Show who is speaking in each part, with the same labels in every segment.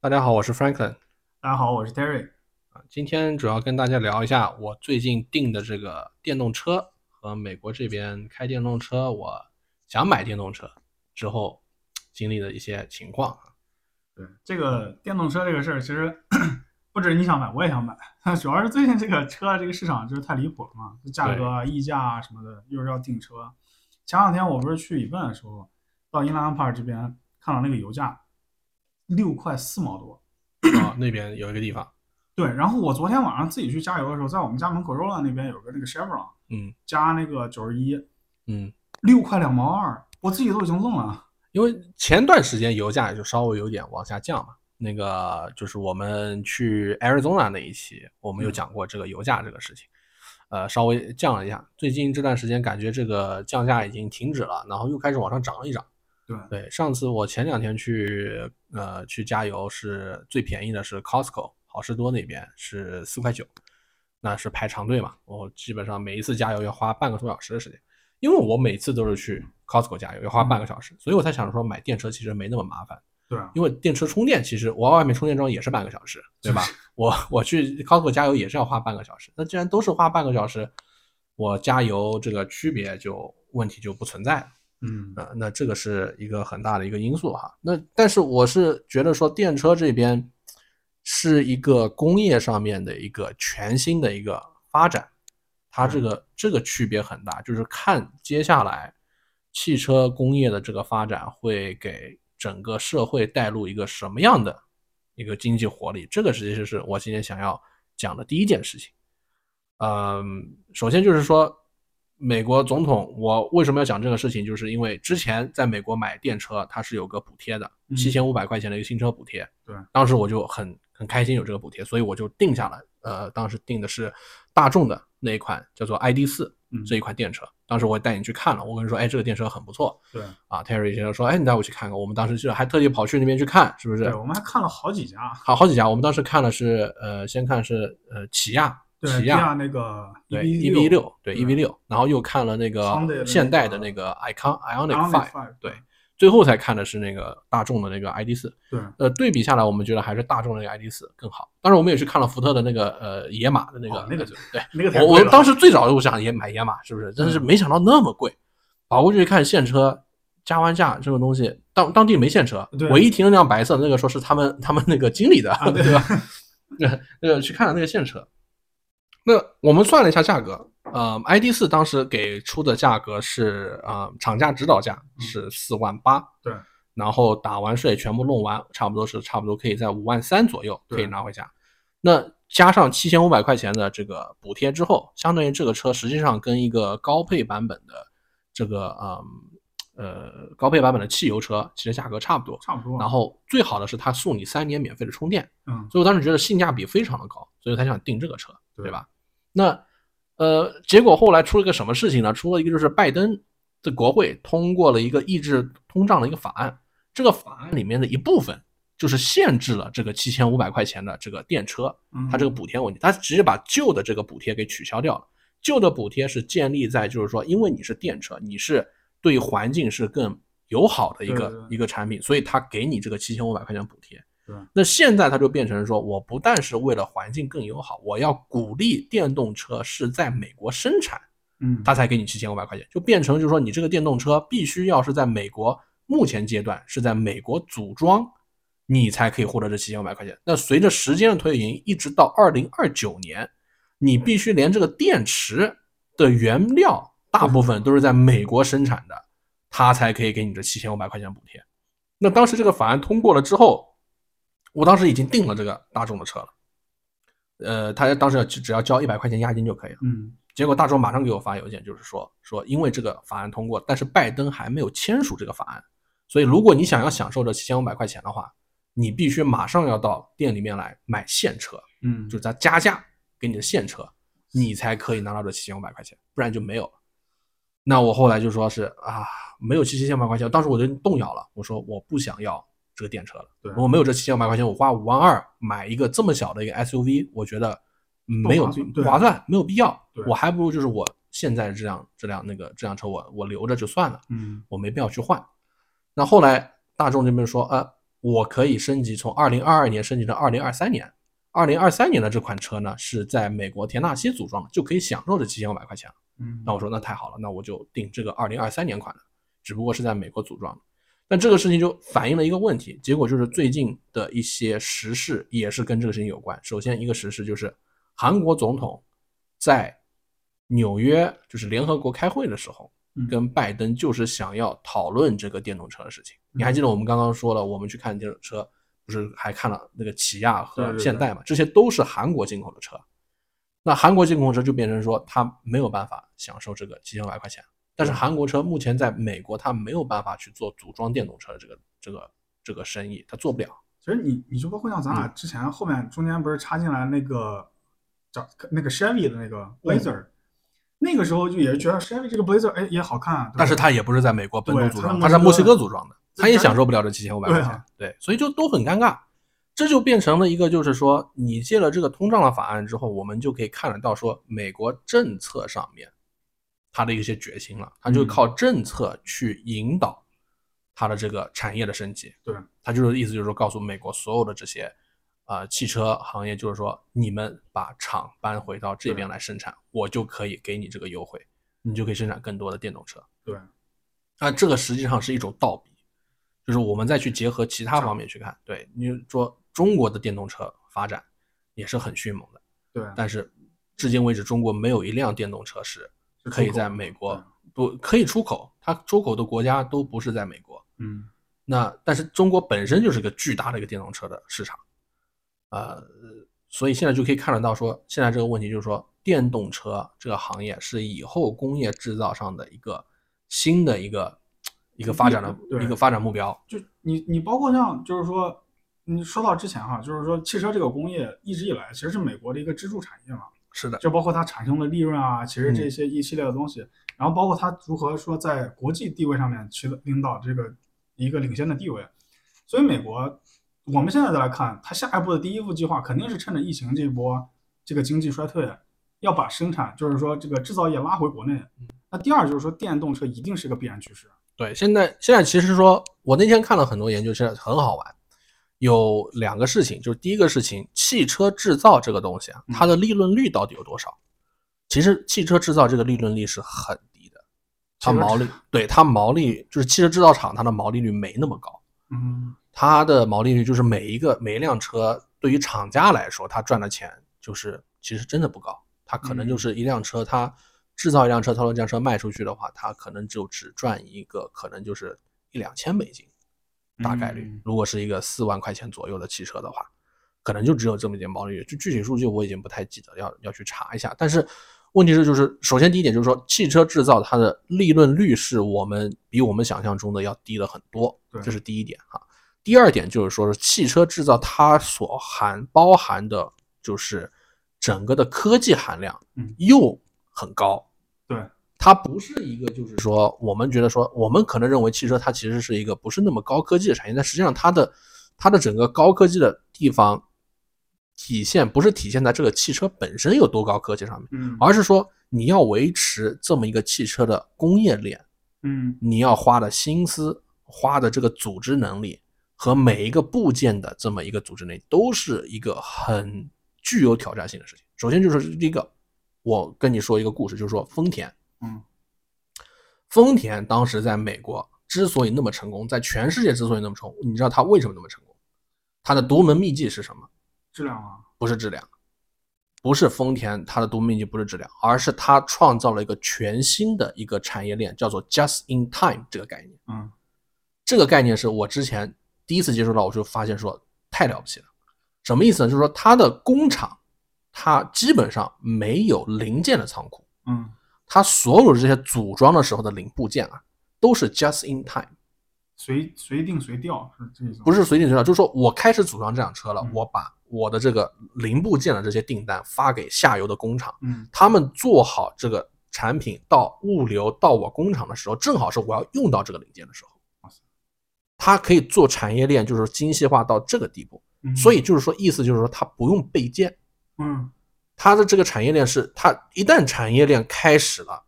Speaker 1: 大家好，我是 Franklin
Speaker 2: 大家好，我是 Terry。
Speaker 1: 啊，今天主要跟大家聊一下我最近订的这个电动车和美国这边开电动车，我想买电动车之后经历的一些情况啊。
Speaker 2: 对这个电动车这个事儿，其实 不止你想买，我也想买。主要是最近这个车啊这个市场就是太离谱了嘛，这价格啊、溢价啊什么的，又是要订车。前两天我不是去以笨的时候，到英格兰帕尔这边看到那个油价六块四毛多。
Speaker 1: 啊，那边有一个地方，
Speaker 2: 对，然后我昨天晚上自己去加油的时候，在我们家门口肉兰那边有个那个 Chevron
Speaker 1: 嗯
Speaker 2: 加那个九十一，
Speaker 1: 嗯，
Speaker 2: 六块两毛二，我自己都已经愣了。
Speaker 1: 因为前段时间油价就稍微有点往下降嘛。那个就是我们去 Arizona 那一期，我们有
Speaker 2: 嗯
Speaker 1: 讲过这个油价这个事情，呃，稍微降了一下。最近这段时间感觉这个降价已经停止了，然后又开始往上涨了一涨。
Speaker 2: 对，
Speaker 1: 对，上次我前两天去呃去加油是最便宜的是 Costco 好事多那边是四块九，那是排长队嘛，我基本上每一次加油要花半个多小时的时间，因为我每次都是去 Costco 加油要花半个小时，所以我才想说买电车其实没那么麻烦，
Speaker 2: 对，
Speaker 1: 因为电车充电其实我外面充电桩也是半个小时，对吧？我我去 Costco 加油也是要花半个小时，那既然都是花半个小时，我加油这个区别就问题就不存在了。
Speaker 2: 嗯，
Speaker 1: 啊，那这个是一个很大的一个因素哈。那但是我是觉得说电车这边是一个工业上面的一个全新的一个发展，它这个这个区别很大，就是看接下来汽车工业的这个发展会给整个社会带入一个什么样的一个经济活力，这个其实是我今天想要讲的第一件事情。嗯，首先就是说，美国总统，我为什么要讲这个事情，就是因为之前在美国买电车，它是有个补贴的，
Speaker 2: 嗯
Speaker 1: 七千五百块钱的一个新车补贴。
Speaker 2: 对
Speaker 1: 当时我就很很开心有这个补贴，所以我就定下来。呃，当时定的是大众的那一款叫做 ID 四
Speaker 2: 嗯
Speaker 1: 这一款电车，当时我也带你去看了，我跟你说，哎，这个电车很不错
Speaker 2: 对，
Speaker 1: 啊。Terry 先生说，哎，你带我去看看。我们当时就还特地跑去那边去看，是不是
Speaker 2: 对，？我们还看了好几家。
Speaker 1: 好好几家，我们当时看的是，呃，先看是呃起亚，
Speaker 2: 对，
Speaker 1: 起
Speaker 2: 比
Speaker 1: 亚
Speaker 2: 亚那个
Speaker 1: 对
Speaker 2: EV
Speaker 1: 1 v 六，对
Speaker 2: 对
Speaker 1: EV 六，然后又看了那
Speaker 2: 相对的那
Speaker 1: 个
Speaker 2: 个
Speaker 1: 现代的那个 Icon Ionic Five，
Speaker 2: Five，
Speaker 1: 对最后才看的是那个大众的那个 ID 四。
Speaker 2: 对
Speaker 1: 呃，对比下来，我们觉得还是大众的那个 ID 四更好。当然，我们也去看了福特的那个呃野马的那个、
Speaker 2: 哦那个
Speaker 1: 就对，
Speaker 2: 那个太
Speaker 1: 我
Speaker 2: 贵
Speaker 1: 我
Speaker 2: 了
Speaker 1: 当时最早就想也买野马，是不是？但是
Speaker 2: 嗯
Speaker 1: 没想到那么贵，跑过去一看现车，加完价这种东西，当当地没现车
Speaker 2: 对，
Speaker 1: 唯一停了辆白色的那个说是他们他们那个经理的，
Speaker 2: 啊对
Speaker 1: 对吧？ 那那个去看了那个现车，那我们算了一下价格，呃，ID 四当时给出的价格是啊、呃厂家指导价是四万八、
Speaker 2: 嗯对，
Speaker 1: 然后打完税全部弄完，差不多是差不多可以在五万三左右可以
Speaker 2: 对
Speaker 1: 拿回家。那加上七千五百块钱的这个补贴之后，相当于这个车实际上跟一个高配版本的这个嗯呃高配版本的汽油车其实价格差不多。
Speaker 2: 差不多。
Speaker 1: 然后最好的是它送你三年免费的充电，
Speaker 2: 嗯，
Speaker 1: 所以我当时觉得性价比非常的高，所以才想订这个车，
Speaker 2: 对
Speaker 1: 对吧？那呃，结果后来出了个什么事情呢？出了一个就是拜登的国会通过了一个抑制通胀的一个法案，这个法案里面的一部分就是限制了这个七千五百块钱的这个电车
Speaker 2: 嗯
Speaker 1: 它这个补贴问题，它直接把旧的这个补贴给取消掉了。旧的补贴是建立在就是说，因为你是电车，你是对环境是更友好的一个
Speaker 2: 对对对
Speaker 1: 一个产品，所以它给你这个七千五百块钱补贴
Speaker 2: 对。
Speaker 1: 那现在它就变成说，我不但是为了环境更友好，我要鼓励电动车是在美国生产，
Speaker 2: 嗯，
Speaker 1: 它才给你七千五百块钱，就变成就是说你这个电动车必须要是在美国，目前阶段是在美国组装，你才可以获得这七千五百块钱。那随着时间的推移，一直到二零二九年，你必须连这个电池的原料大部分都是在美国生产的，它才可以给你这七千五百块钱补贴。那当时这个法案通过了之后，我当时已经订了这个大众的车了，呃，他当时要只要交一百块钱押金就可以了。
Speaker 2: 嗯
Speaker 1: 结果大众马上给我发邮件，就是说说因为这个法案通过，但是拜登还没有签署这个法案，所以如果你想要享受这七千五百块钱的话，你必须马上要到店里面来买现车，
Speaker 2: 嗯，
Speaker 1: 就是他加价给你的现车，你才可以拿到这七千五百块钱，不然就没有了。那我后来就说是啊，没有七千五百块钱，当时我就动摇了，我说我不想要这个电车了，
Speaker 2: 对
Speaker 1: 我没有这七千五百块钱，我花五万二买一个这么小的一个 SUV，我觉得没有
Speaker 2: 不划算对
Speaker 1: 划算，没有必要
Speaker 2: 对，
Speaker 1: 我还不如就是我现在这辆这辆那个这辆车我我留着就算了。
Speaker 2: 嗯
Speaker 1: 我没必要去换。那后来大众这边说，呃，我可以升级，从二零二二年升级到二零二三年。二零二三年的这款车呢，是在美国田纳西组装的，就可以享受这七千五百块钱了。
Speaker 2: 嗯，
Speaker 1: 那我说那太好了，那我就定这个二零二三年款的，只不过是在美国组装的。但这个事情就反映了一个问题，结果就是最近的一些时事也是跟这个事情有关。首先一个时事就是韩国总统在纽约就是联合国开会的时候，
Speaker 2: 嗯
Speaker 1: 跟拜登就是想要讨论这个电动车的事情。你还记
Speaker 3: 嗯
Speaker 1: 得我们刚刚说了，我们去看电动车，不是还看了那个起亚
Speaker 3: 对
Speaker 1: 和
Speaker 3: 对
Speaker 1: 现
Speaker 3: 对
Speaker 1: 代嘛？这些都是韩国进口的车。那韩国进口车就变成说，它没有办法享受这个七千五百块钱。但是韩国车目前在美国，它没有办法去做组装电动车的这个这个这个生意，它做不了。
Speaker 2: 其实你你就包括像咱
Speaker 1: 嗯
Speaker 2: 俩之前后面中间不是插进来那个找那个 Chevy 的那个
Speaker 1: 嗯
Speaker 2: Blazer，、那个时候就也觉得 Chevy 这个 Blazer 哎也好看啊，对吧
Speaker 1: 但是它也不是在美国本
Speaker 2: 对
Speaker 1: 土组装，它
Speaker 2: 它是
Speaker 1: 是
Speaker 2: 墨
Speaker 1: 墨
Speaker 2: 西
Speaker 1: 西
Speaker 2: 哥
Speaker 1: 哥组装的，它也享受不了这七千五百块
Speaker 2: 对
Speaker 1: 钱
Speaker 2: 啊。
Speaker 1: 对，所以就都很尴尬。这就变成了一个，就是说，你借了这个通胀的法案之后，我们就可以看得到，说美国政策上面它的一些决心了，
Speaker 2: 嗯
Speaker 1: 它就靠政策去引导它的这个产业的升级。
Speaker 2: 对，
Speaker 1: 它就是意思就是说，告诉美国所有的这些啊、呃汽车行业，就是说，你们把厂搬回到这边来生产，我就可以给你这个优惠，你就可以生产更多的电动车。
Speaker 2: 对，
Speaker 1: 那这个实际上是一种倒逼，就是我们再去结合其他方面去看。对，你说中国的电动车发展也是很迅猛的，
Speaker 2: 对，
Speaker 1: 但是至今为止，中国没有一辆电动车是
Speaker 2: 是
Speaker 1: 可以
Speaker 2: 出口
Speaker 1: 在
Speaker 2: 的
Speaker 1: 美国
Speaker 2: 对
Speaker 1: 不可以出口，它出口的国家都不是在美国。
Speaker 2: 嗯，
Speaker 1: 那但是中国本身就是个巨大的一个电动车的市场，呃，所以现在就可以看得到说，现在这个问题就是说，电动车这个行业是以后工业制造上的一个新的一个一个发展的
Speaker 2: 对
Speaker 1: 一个发展目标。
Speaker 2: 就你你包括像就是说你说到之前哈，就是说汽车这个工业一直以来其实是美国的一个支柱产业嘛，
Speaker 1: 是的，
Speaker 2: 就包括它产生的利润啊，其实
Speaker 1: 嗯
Speaker 2: 这些一系列的东西，然后包括它如何说在国际地位上面取得领导这个一个领先的地位。所以美国，我们现在再来看，它下一步的第一步计划肯定是趁着疫情这一波这个经济衰退，要把生产就是说这个制造业拉回国内。
Speaker 1: 嗯
Speaker 2: 那第二就是说电动车一定是个必然趋势。
Speaker 1: 对，现在现在其实说，我那天看了很多研究，现在很好玩。有两个事情，就是第一个事情，汽车制造这个东西啊，
Speaker 2: 嗯
Speaker 1: 它的利润率到底有多少？其实汽车制造这个利润率是很低的，它
Speaker 2: 汽车制
Speaker 1: 毛利对它毛利就是汽车制造厂它的毛利率没那么高，
Speaker 2: 嗯，
Speaker 1: 它的毛利率就是每一个每一辆车对于厂家来说，它赚的钱就是其实真的不高，它可能
Speaker 2: 嗯
Speaker 1: 就是一辆车，它制造一辆车，操作一辆车卖出去的话，它可能就只赚一个可能就是一两千美金，大概率
Speaker 2: 嗯，
Speaker 1: 如果是一个四万块钱左右的汽车的话，可能就只有这么一点毛利率。就具体数据我已经不太记得，要要去查一下。但是问题是，就是首先第一点就是说，汽车制造它的利润率是我们比我们想象中的要低了很多
Speaker 2: 对，
Speaker 1: 这是第一点哈。第二点就是说，是汽车制造它所含包含的，就是整个的科技含量
Speaker 2: 嗯
Speaker 1: 又很高。
Speaker 2: 对，
Speaker 1: 它不是一个就是说我们觉得说我们可能认为汽车它其实是一个不是那么高科技的产业，但实际上它的它的整个高科技的地方体现不是体现在这个汽车本身有多高科技上面，
Speaker 2: 嗯，
Speaker 1: 而是说你要维持这么一个汽车的工业链，
Speaker 2: 嗯，
Speaker 1: 你要花的心思、花的这个组织能力和每一个部件的这么一个组织能力，都是一个很具有挑战性的事情。首先就是第一个，我跟你说一个故事，就是说丰田，
Speaker 2: 嗯，
Speaker 1: 丰田当时在美国之所以那么成功，在全世界之所以那么成功，你知道它为什么那么成功？它的独门秘技是什么？
Speaker 2: 质量啊，
Speaker 1: 不是质量，不是丰田它的独门秘技不是质量，而是它创造了一个全新的一个产业链，叫做 just in time 这个概念。
Speaker 2: 嗯，
Speaker 1: 这个概念是我之前第一次接触到，我就发现说太了不起了。什么意思呢？就是说它的工厂，它基本上没有零件的仓库，
Speaker 2: 嗯，
Speaker 1: 它所有的这些组装的时候的零部件啊，都是 just in time，
Speaker 2: 随随定随调是这种，
Speaker 1: 不是随定随调。就是说我开始组装这辆车了
Speaker 2: 嗯，
Speaker 1: 我把我的这个零部件的这些订单发给下游的工厂，
Speaker 2: 嗯，
Speaker 1: 他们做好这个产品到物流到我工厂的时候，正好是我要用到这个零件的时候
Speaker 2: 哇塞。
Speaker 1: 它可以做产业链，就是精细化到这个地步，
Speaker 2: 嗯
Speaker 1: 所以就是说，意思就是说，它不用备件，
Speaker 2: 嗯，
Speaker 1: 它的这个产业链是它一旦产业链开始了，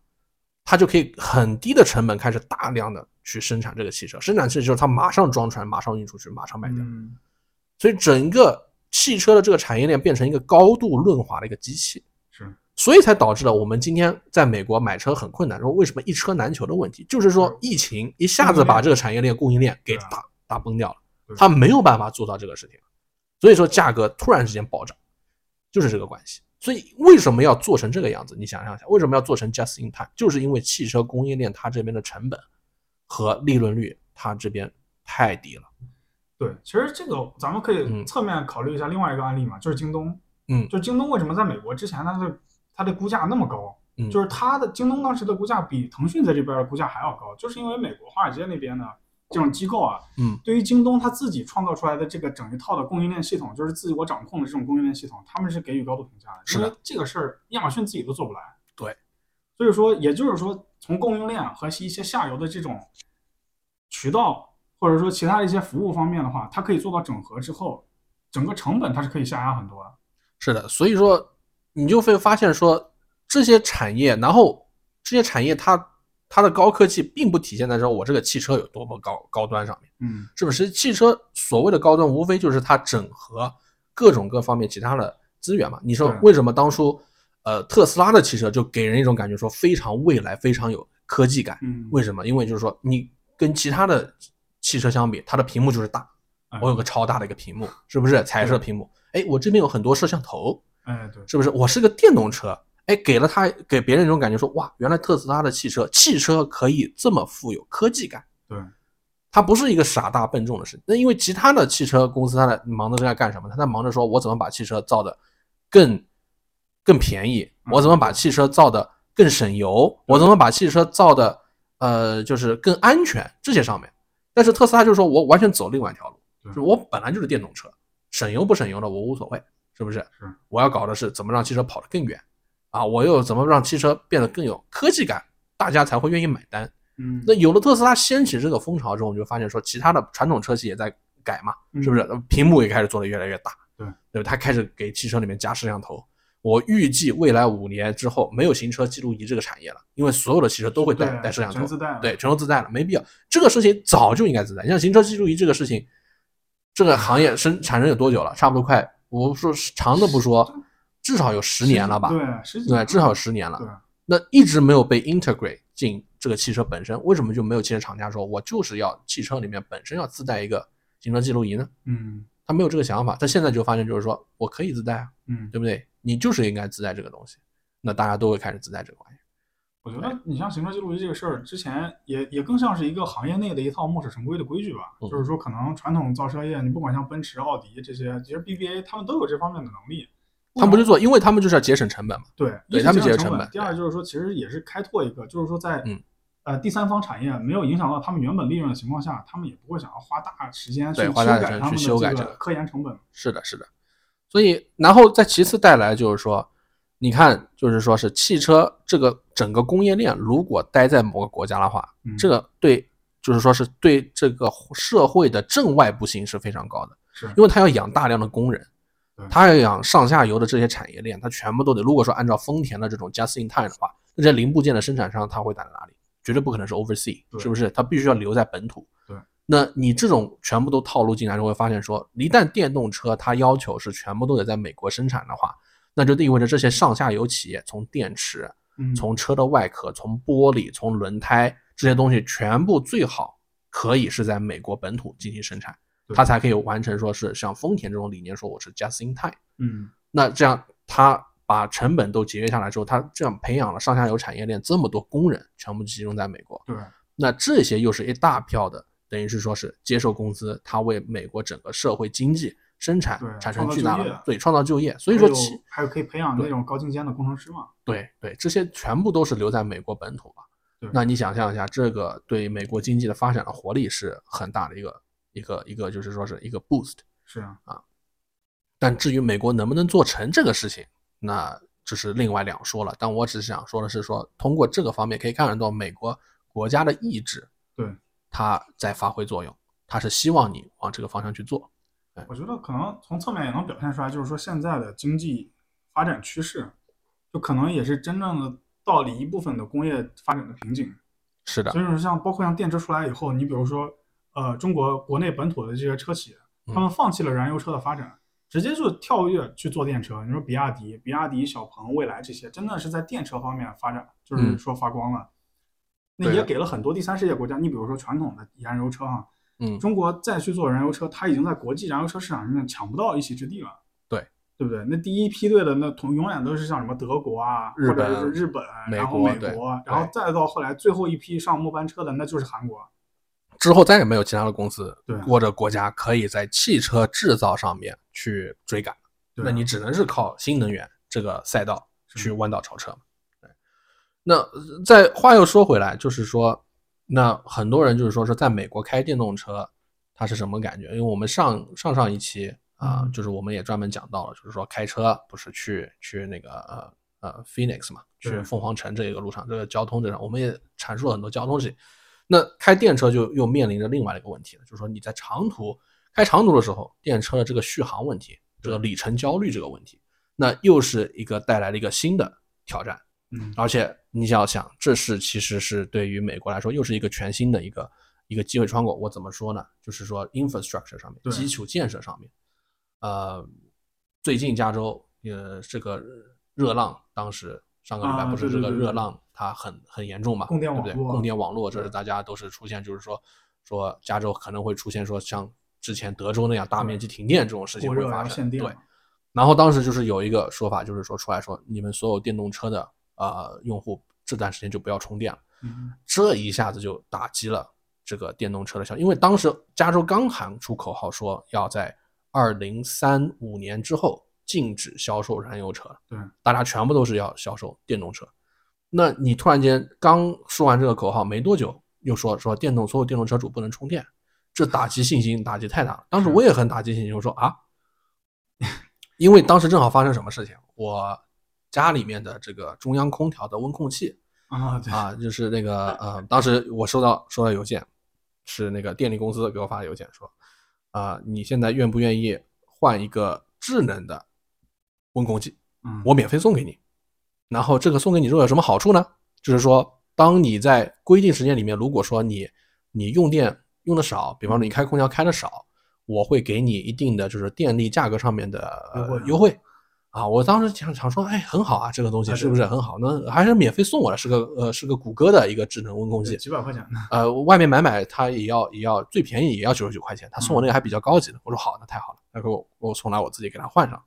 Speaker 1: 它就可以很低的成本开始大量的去生产这个汽车，生产汽车之后它马上装船，马上运出去，马上卖掉，
Speaker 2: 嗯，
Speaker 1: 所以整个汽车的这个产业链变成一个高度润滑的一个机器，
Speaker 2: 是
Speaker 1: 所以才导致了我们今天在美国买车很困难，然后为什么一车难求的问题，就是说
Speaker 2: 是
Speaker 1: 疫情一下子把这个产业链供应链给
Speaker 2: 对啊
Speaker 1: 打打崩掉了
Speaker 2: 对，
Speaker 1: 它没有办法做到这个事情，所以说价格突然之间暴涨，就是这个关系。所以为什么要做成这个样子？你想象一下，为什么要做成 just in time？就是因为汽车供应链它这边的成本和利润率，它这边太低了。
Speaker 2: 对，其实这个咱们可以
Speaker 1: 嗯
Speaker 2: 侧面考虑一下另外一个案例嘛，就是京东。
Speaker 1: 嗯
Speaker 2: 就是京东为什么在美国之前它的它的估价那么高？
Speaker 1: 嗯
Speaker 2: 就是它的京东当时的估价比腾讯在这边的估价还要高，就是因为美国华尔街那边的这种机构啊，
Speaker 1: 嗯，
Speaker 2: 对于京东它自己创造出来的这个整一套的供应链系统，就是自我掌控的这种供应链系统，他们是给予高度评价的，
Speaker 1: 是
Speaker 2: 因
Speaker 1: 的
Speaker 2: 为这个事儿亚马逊自己都做不来。
Speaker 1: 对，
Speaker 2: 所以说，也就是说，从供应链和一些下游的这种渠道，或者说其他的一些服务方面的话，它可以做到整合之后，整个成本它是可以下压很多的。
Speaker 1: 是的，所以说你就会发现说这些产业，然后这些产业它它的高科技并不体现在说我这个汽车有多么高高端上面，
Speaker 2: 嗯，
Speaker 1: 是不是？汽车所谓的高端，无非就是它整合各种各方面其他的资源嘛。你说
Speaker 2: 对
Speaker 1: 为什么当初呃特斯拉的汽车就给人一种感觉说非常未来，非常有科技感？
Speaker 2: 嗯
Speaker 1: 为什么？因为就是说你跟其他的汽车相比，它的屏幕就是大
Speaker 2: 哎，
Speaker 1: 我有个超大的一个屏幕，是不是彩色屏幕？哎，我这边有很多摄像头。
Speaker 2: 哎，对，
Speaker 1: 是不是？我是个电动车，哎，给了他给别人一种感觉说，哇，原来特斯拉的汽车，汽车可以这么富有科技感，
Speaker 2: 对，
Speaker 1: 它不是一个傻大笨重的事。那因为其他的汽车公司，它在忙着在干什么？它在忙着说我怎么把汽车造的更更便宜，
Speaker 2: 嗯
Speaker 1: 我怎么把汽车造的更省油，我怎么把汽车造的呃就是更安全这些上面。但是特斯拉就是说我完全走另外一条路，
Speaker 2: 对
Speaker 1: 就是我本来就是电动车，省油不省油的我无所谓，是不是？
Speaker 2: 是
Speaker 1: 我要搞的是怎么让汽车跑得更远啊，我又怎么让汽车变得更有科技感，大家才会愿意买单。
Speaker 2: 嗯，
Speaker 1: 那有了特斯拉掀起这个风潮之后，我们就发现说，其他的传统车企也在改嘛，
Speaker 2: 嗯
Speaker 1: 是不是？？屏幕也开始做得越来越大，
Speaker 2: 对
Speaker 1: 对吧？它开始给汽车里面加摄像头。我预计未来五年之后没有行车记录仪这个产业了，因为所有的汽车都会带
Speaker 2: 嗯对
Speaker 1: 带摄像头
Speaker 2: 全，自带的
Speaker 1: 对，全都自带了，没必要。这个事情早就应该自带。你像行车记录仪这个事情，这个行业生产生有多久了？差不多快，我说是长的不说，至少有十年了吧？
Speaker 2: 对，十几
Speaker 1: 对，
Speaker 2: 年
Speaker 1: 至少有十年
Speaker 2: 对
Speaker 1: 了。那一直没有被 integrate 进这个汽车本身，为什么就没有汽车厂家说我就是要汽车里面本身要自带一个行车记录仪呢？
Speaker 2: 嗯
Speaker 1: 他没有这个想法，他现在就发现就是说我可以自带啊，
Speaker 2: 嗯，
Speaker 1: 对不对？你就是应该自带这个东西，那大家都会开始自带这个玩意儿。
Speaker 2: 我觉得你像行车记录仪这个事儿，之前也也更像是一个行业内的一套墨守成规的规矩吧。
Speaker 1: 嗯
Speaker 2: 就是说，可能传统造车业，你不管像奔驰、奥迪这些，其实 BBA 他们都有这方面的能力。
Speaker 1: 他们不去做，因为他们就是要节省成本嘛。
Speaker 2: 对，一
Speaker 1: 对
Speaker 2: 是
Speaker 1: 他们
Speaker 2: 节
Speaker 1: 节约
Speaker 2: 省成
Speaker 1: 成
Speaker 2: 本
Speaker 1: 本。
Speaker 2: 第二就是说，其实也是开拓一个，就是说在
Speaker 1: 嗯
Speaker 2: 呃第三方产业没有影响到他们原本利润的情况下，他们也不会想要花大时间去
Speaker 1: 对
Speaker 2: 修
Speaker 1: 花大时
Speaker 2: 改
Speaker 1: 间
Speaker 2: 他们
Speaker 1: 去
Speaker 2: 的
Speaker 1: 修改
Speaker 2: 这
Speaker 1: 这
Speaker 2: 个
Speaker 1: 个
Speaker 2: 科研成本。
Speaker 1: 是的，是的。所以，然后再其次带来就是说，你看，就是说是汽车这个整个工业链，如果待在某个国家的话，
Speaker 2: 嗯
Speaker 1: 这个对，就是说是对这个社会的正外部性是非常高的，
Speaker 2: 是
Speaker 1: 因为它要养大量的工人
Speaker 2: 对，
Speaker 1: 它要养上下游的这些产业链，它全部都得。如果说按照丰田的这种 just in time 的话，那些零部件的生产商它会在哪里？绝对不可能是 oversea，
Speaker 2: 对
Speaker 1: 是不是？它必须要留在本土。
Speaker 2: 对，
Speaker 1: 那你这种全部都套路进来，就会发现说，一旦电动车它要求是全部都得在美国生产的话，那就意味着这些上下游企业从电池、
Speaker 2: 嗯，
Speaker 1: 从车的外壳、从玻璃、从轮胎这些东西，全部最好可以是在美国本土进行生产，
Speaker 2: 对
Speaker 1: 它才可以完成说是像丰田这种理念，说我是 just in time。
Speaker 2: 嗯
Speaker 1: 那这样它把成本都节约下来之后，它这样培养了上下游产业链这么多工人，全部集中在美国，
Speaker 2: 对
Speaker 1: 那这些又是一大票的，等于是说是接受工资，它为美国整个社会经济生产
Speaker 2: 对
Speaker 1: 产生
Speaker 2: 创造
Speaker 1: 巨大
Speaker 2: 就业
Speaker 1: 的对创造就业，所以说
Speaker 2: 还有
Speaker 1: 其
Speaker 2: 还有可以培养那
Speaker 1: 对
Speaker 2: 种高精尖的工程师嘛。
Speaker 1: 对对，这些全部都是留在美国本土吧
Speaker 2: 对。
Speaker 1: 那你想象一下，这个对美国经济的发展的活力是很大的一个一个一个，就是说是一个 boost。
Speaker 2: 是啊，
Speaker 1: 但至于美国能不能做成这个事情，那这是另外两说了。但我只是想说的是说，通过这个方面可以看得到美国国家的意志，
Speaker 2: 对，
Speaker 1: 它在发挥作用，它是希望你往这个方向去做。
Speaker 2: 我觉得可能从侧面也能表现出来，就是说现在的经济发展趋势，就可能也是真正的到了一部分的工业发展的瓶颈。
Speaker 1: 是的
Speaker 2: 所，以说，像包括像电车出来以后，你比如说，呃，中国国内本土的这些车企，
Speaker 1: 嗯
Speaker 2: 他们放弃了燃油车的发展，直接就跳跃去做电车。你说比亚迪、
Speaker 1: 嗯
Speaker 2: 比亚迪、小鹏、蔚来这些，真的是在电车方面发展，就是
Speaker 1: 嗯
Speaker 2: 说发光了。那
Speaker 1: 对
Speaker 2: 也
Speaker 1: 的
Speaker 2: 给了很多第三世界国家，你比如说传统的燃油车啊，
Speaker 1: 嗯，
Speaker 2: 中国再去做燃油车，它已经在国际燃油车市场上面抢不到一席之地了。
Speaker 1: 对，
Speaker 2: 对不对？那第一梯队的那同永远都是像什么德国啊，
Speaker 1: 日
Speaker 2: 或者
Speaker 1: 本
Speaker 2: 是日本，
Speaker 1: 美
Speaker 2: 然后
Speaker 1: 国
Speaker 2: 美
Speaker 1: 对
Speaker 2: 国，然后再到后来最后一批上末班车的那就是韩国。
Speaker 1: 之后再也没有其他的公司
Speaker 2: 对
Speaker 1: 或者国家可以在汽车制造上面去追赶，
Speaker 2: 对啊
Speaker 1: 那你只能是靠新能源这个赛道
Speaker 2: 是
Speaker 1: 去弯道超车。对，那呃再话又说回来，就是说，那很多人就是说是在美国开电动车，它是什么感觉？因为我们上上上一期啊、
Speaker 2: 嗯
Speaker 1: 就是我们也专门讲到了，就是说开车不是去去那个呃呃 Phoenix 嘛，去
Speaker 2: 对
Speaker 1: 凤凰城这个路上，这个交通这上，我们也阐述了很多交通事情。那开电车就又面临着另外一个问题了，就是说你在长途开长途的时候，电车的这个续航问题，这个里程焦虑这个问题，那又是一个带来了一个新的挑战。
Speaker 2: 嗯，
Speaker 1: 而且你要想，这是其实是对于美国来说又是一个全新的一个一个机会窗口。我怎么说呢？就是说 infrastructure 上面，
Speaker 2: 对
Speaker 1: 基础建设上面，呃，最近加州呃这个热浪，当时上个礼拜
Speaker 2: 啊
Speaker 1: 不是
Speaker 2: 对
Speaker 1: 这
Speaker 2: 对
Speaker 1: 个
Speaker 2: 对对
Speaker 1: 热浪它很很严重嘛，
Speaker 2: 供电
Speaker 1: 对不对
Speaker 2: 网络
Speaker 1: 供电网络这是
Speaker 2: 对
Speaker 1: 大家都是出现，就是说说加州可能会出现说像之前德州那样大面积停电这种事情
Speaker 2: 过
Speaker 1: 会
Speaker 2: 热
Speaker 1: 发
Speaker 2: 然后限
Speaker 1: 生，
Speaker 2: 电啊
Speaker 1: 对
Speaker 2: 嘛。。
Speaker 1: 然后当时就是有一个说法，就是说出来说，你们所有电动车的呃用户这段时间就不要充电了。
Speaker 2: 嗯，
Speaker 1: 这一下子就打击了这个电动车的销量，因为当时加州刚喊出口号说要在二零三五年之后禁止销售燃油车，
Speaker 2: 对，
Speaker 1: 大家全部都是要销售电动车。那你突然间刚说完这个口号没多久，又说说电动所有电动车主不能充电，这打击信心打击太大了。当时我也很打击信心，我说啊，因为当时正好发生什么事情，我家里面的这个中央空调的温控器
Speaker 2: 啊，对，
Speaker 1: 啊，就是那个呃，当时我收到收到邮件，是那个电力公司给我发的邮件说，啊、你现在愿不愿意换一个智能的温控器？
Speaker 2: 嗯，
Speaker 1: 我免费送给你。然后这个送给你之后有什么好处呢？就是说，当你在规定时间里面，如果说你你用电用的少，比方说你开空调开的少，我会给你一定的就是电力价格上面的、呃
Speaker 2: 优惠啊
Speaker 1: 优惠。啊，我当时想想说，哎，很好啊，这个东西
Speaker 2: 啊
Speaker 1: 是不是很好？那还是免费送我的，是个呃是个谷歌的一个智能温控
Speaker 2: 对
Speaker 1: 器，
Speaker 2: 几百块钱 呢。
Speaker 1: 呃，外面买买它也要也要最便宜也要九十九块钱，他送我那个还比较高级的。我说好，那太好了，那给我我送来我自己给他换上。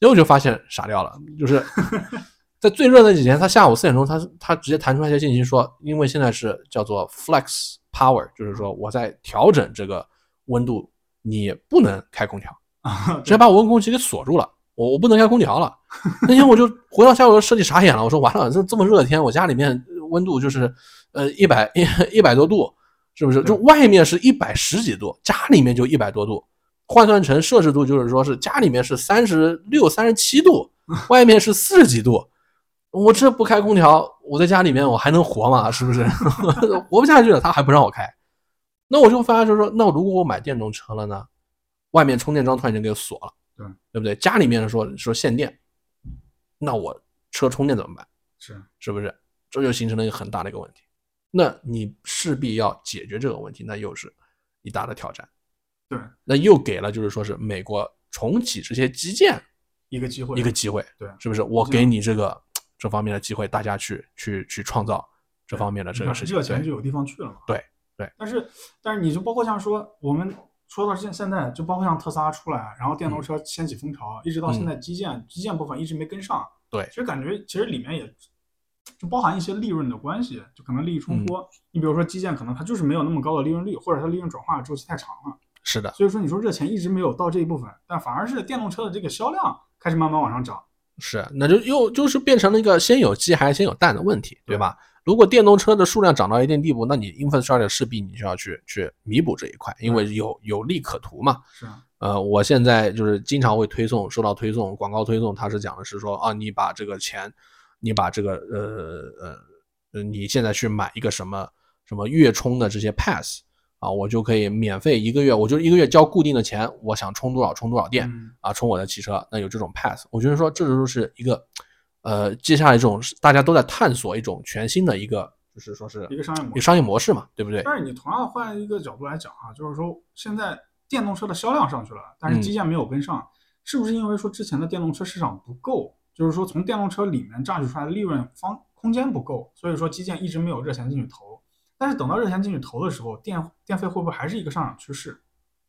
Speaker 1: 结果就发现傻掉了，就是在最热那几天，他下午四点钟他他直接弹出来一些信息说，因为现在是叫做 flex power，就是说我在调整这个温度，你不能开空调。
Speaker 2: 啊，
Speaker 1: 直接
Speaker 2: 对，
Speaker 1: 把我温控器给锁住了，我我不能开空调了。 那天我就回到家，我就彻底傻眼了，我说完了，这这么热的天，我家里面温度就是呃一百一一百多度，是不是？就外面是一百十几度，家里面就一百多度，换算成摄氏度就是说是家里面是三十六、三十七度，外面是四十几度。我这不开空调，我在家里面我还能活吗？是不 是？活不下去了，他还不让我开。那我就发现就是说，那如果我买电动车了呢？外面充电桩突然间给我锁了，
Speaker 2: 对
Speaker 1: 对不对？家里面说说限电，那我车充电怎么办？
Speaker 2: 是
Speaker 1: 是不是？这就形成了一个很大的一个问题。那你势必要解决这个问题，那又是一大的挑战。
Speaker 2: 对，
Speaker 1: 那又给了就是说是美国重启这些基建
Speaker 2: 一个机会，
Speaker 1: 一个机会，
Speaker 2: 对
Speaker 1: 是不是？我给你这个这方面的机会，大家去去去创造这方面的这个
Speaker 2: 你看
Speaker 1: 事
Speaker 2: 这
Speaker 1: 情。
Speaker 2: 个钱
Speaker 1: 对
Speaker 2: 就有地方去了嘛。
Speaker 1: 对对。
Speaker 2: 但是但是你就包括像说我们说到现现在，就包括像特斯拉出来，然后电动
Speaker 1: 嗯
Speaker 2: 车掀起风潮，一直到现在基建、基建部分一直没跟上。
Speaker 1: 对
Speaker 2: 其实感觉其实里面也就包含一些利润的关系，就可能利益
Speaker 1: 嗯
Speaker 2: 冲突。你比如说基建，可能它就是没有那么高的利润率，或者它利润转化的周期太长了，
Speaker 1: 是的，
Speaker 2: 所以说你说这钱一直没有到这一部分，但反而是电动车的这个销量开始慢慢往上涨。
Speaker 1: 是，那就又就是变成了一个先有鸡还是先有蛋的问题，对吧？如果电动车的数量涨到一定地步，那你 infrastructure 势必你就要去去弥补这一块，因为有有利可图嘛。
Speaker 2: 是啊，
Speaker 1: 呃，我现在就是经常会推送，收到推送广告推送，它是讲的是说啊，你把这个钱，你把这个呃呃呃，你现在去买一个什么什么月充的这些 pass 啊，我就可以免费一个月，我就一个月交固定的钱，我想充多少充多少电，
Speaker 2: 嗯，
Speaker 1: 啊，充我的汽车，那有这种 pass，我觉得说这就是一个呃，接下来这种大家都在探索一种全新的一个，就是说是
Speaker 2: 一个商业模
Speaker 1: 一个
Speaker 2: 式。
Speaker 1: 商业模式嘛，对不对？
Speaker 2: 但是你同样换一个角度来讲啊，就是说现在电动车的销量上去了，但是
Speaker 1: 嗯
Speaker 2: 基建没有跟上，是不是因为说之前的电动车市场不够，就是说从电动车里面榨取出来的利润方空间不够，所以说基建一直没有热钱进去投。但是等到热钱进去投的时候，电电费会不会还是一个上涨趋势？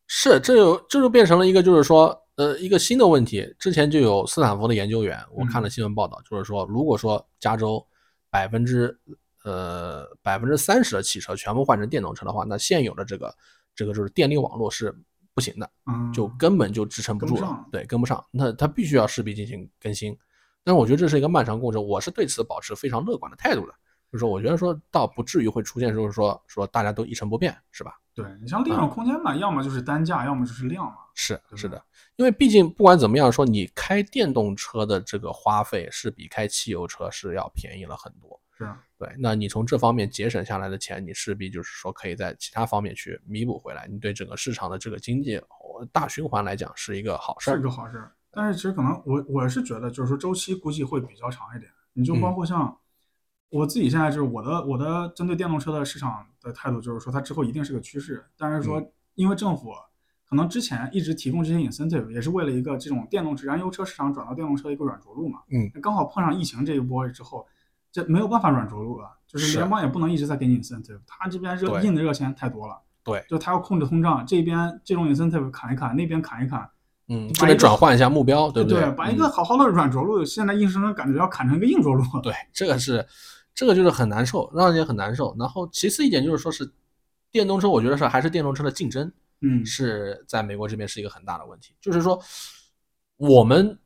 Speaker 1: 是，这有这就变成了一个，就是说，呃，一个新的问题。之前就有斯坦福的研究员，我看了新闻报道，就是说，如果说加州百分之呃百分之三十的汽车全部换成电动车的话，那现有的这个这个就是电力网络是不行的，
Speaker 2: 嗯，
Speaker 1: 就根本就支撑不
Speaker 2: 跟不
Speaker 1: 住了，
Speaker 2: 上
Speaker 1: 对，跟不上。那它必须要势必进行更新。但是我觉得这是一个漫长过程，我是对此保持非常乐观的态度的。就是说我觉得说倒不至于会出现，就是说说大家都一成不变，是吧？
Speaker 2: 对你像利
Speaker 1: 嗯
Speaker 2: 润空间嘛，要么就是单价，要么就是量嘛。
Speaker 1: 是
Speaker 2: 对
Speaker 1: 是
Speaker 2: 吧
Speaker 1: 的，因为毕竟不管怎么样说，你开电动车的这个花费是比开汽油车是要便宜了很多。
Speaker 2: 是啊，
Speaker 1: 对，那你从这方面节省下来的钱，你势必就是说可以在其他方面去弥补回来。你对整个市场的这个经济哦大循环来讲是一个好事
Speaker 2: 是
Speaker 1: 儿
Speaker 2: 一。个好事儿。但是其实可能我我是觉得，就是说周期估计会比较长一点。你就包
Speaker 1: 嗯
Speaker 2: 括像我自己现在就是我的我的针对电动车的市场的态度，就是说它之后一定是个趋势。但是
Speaker 1: 嗯
Speaker 2: 说因为政府可能之前一直提供这些 incentive，也是为了一个这种电动车燃油车市场转到电动车的一个软着陆嘛。
Speaker 1: 嗯，
Speaker 2: 刚好碰上疫情这一波之后，这没有办法软着陆了，就是
Speaker 1: 是
Speaker 2: 联邦也不能一直在给你 incentive，它这边热
Speaker 1: 对
Speaker 2: 印的热钱太多了。
Speaker 1: 对，
Speaker 2: 就他要控制通胀，这边这种 incentive 砍一砍，那边砍一砍，
Speaker 1: 嗯，就
Speaker 2: 把一
Speaker 1: 得
Speaker 2: 个
Speaker 1: 转换一下目标，对不对？
Speaker 2: 把
Speaker 1: 嗯
Speaker 2: 一个好好的软着陆，现在硬生生感觉要砍成一个硬着陆。
Speaker 1: 对，这个是，这个就是很难受，让人也很难受。然后其次一点就是说是电动车，我觉得是还是电动车的竞争，
Speaker 2: 嗯，
Speaker 1: 是在美国这边是一个很大的问题，就是说我们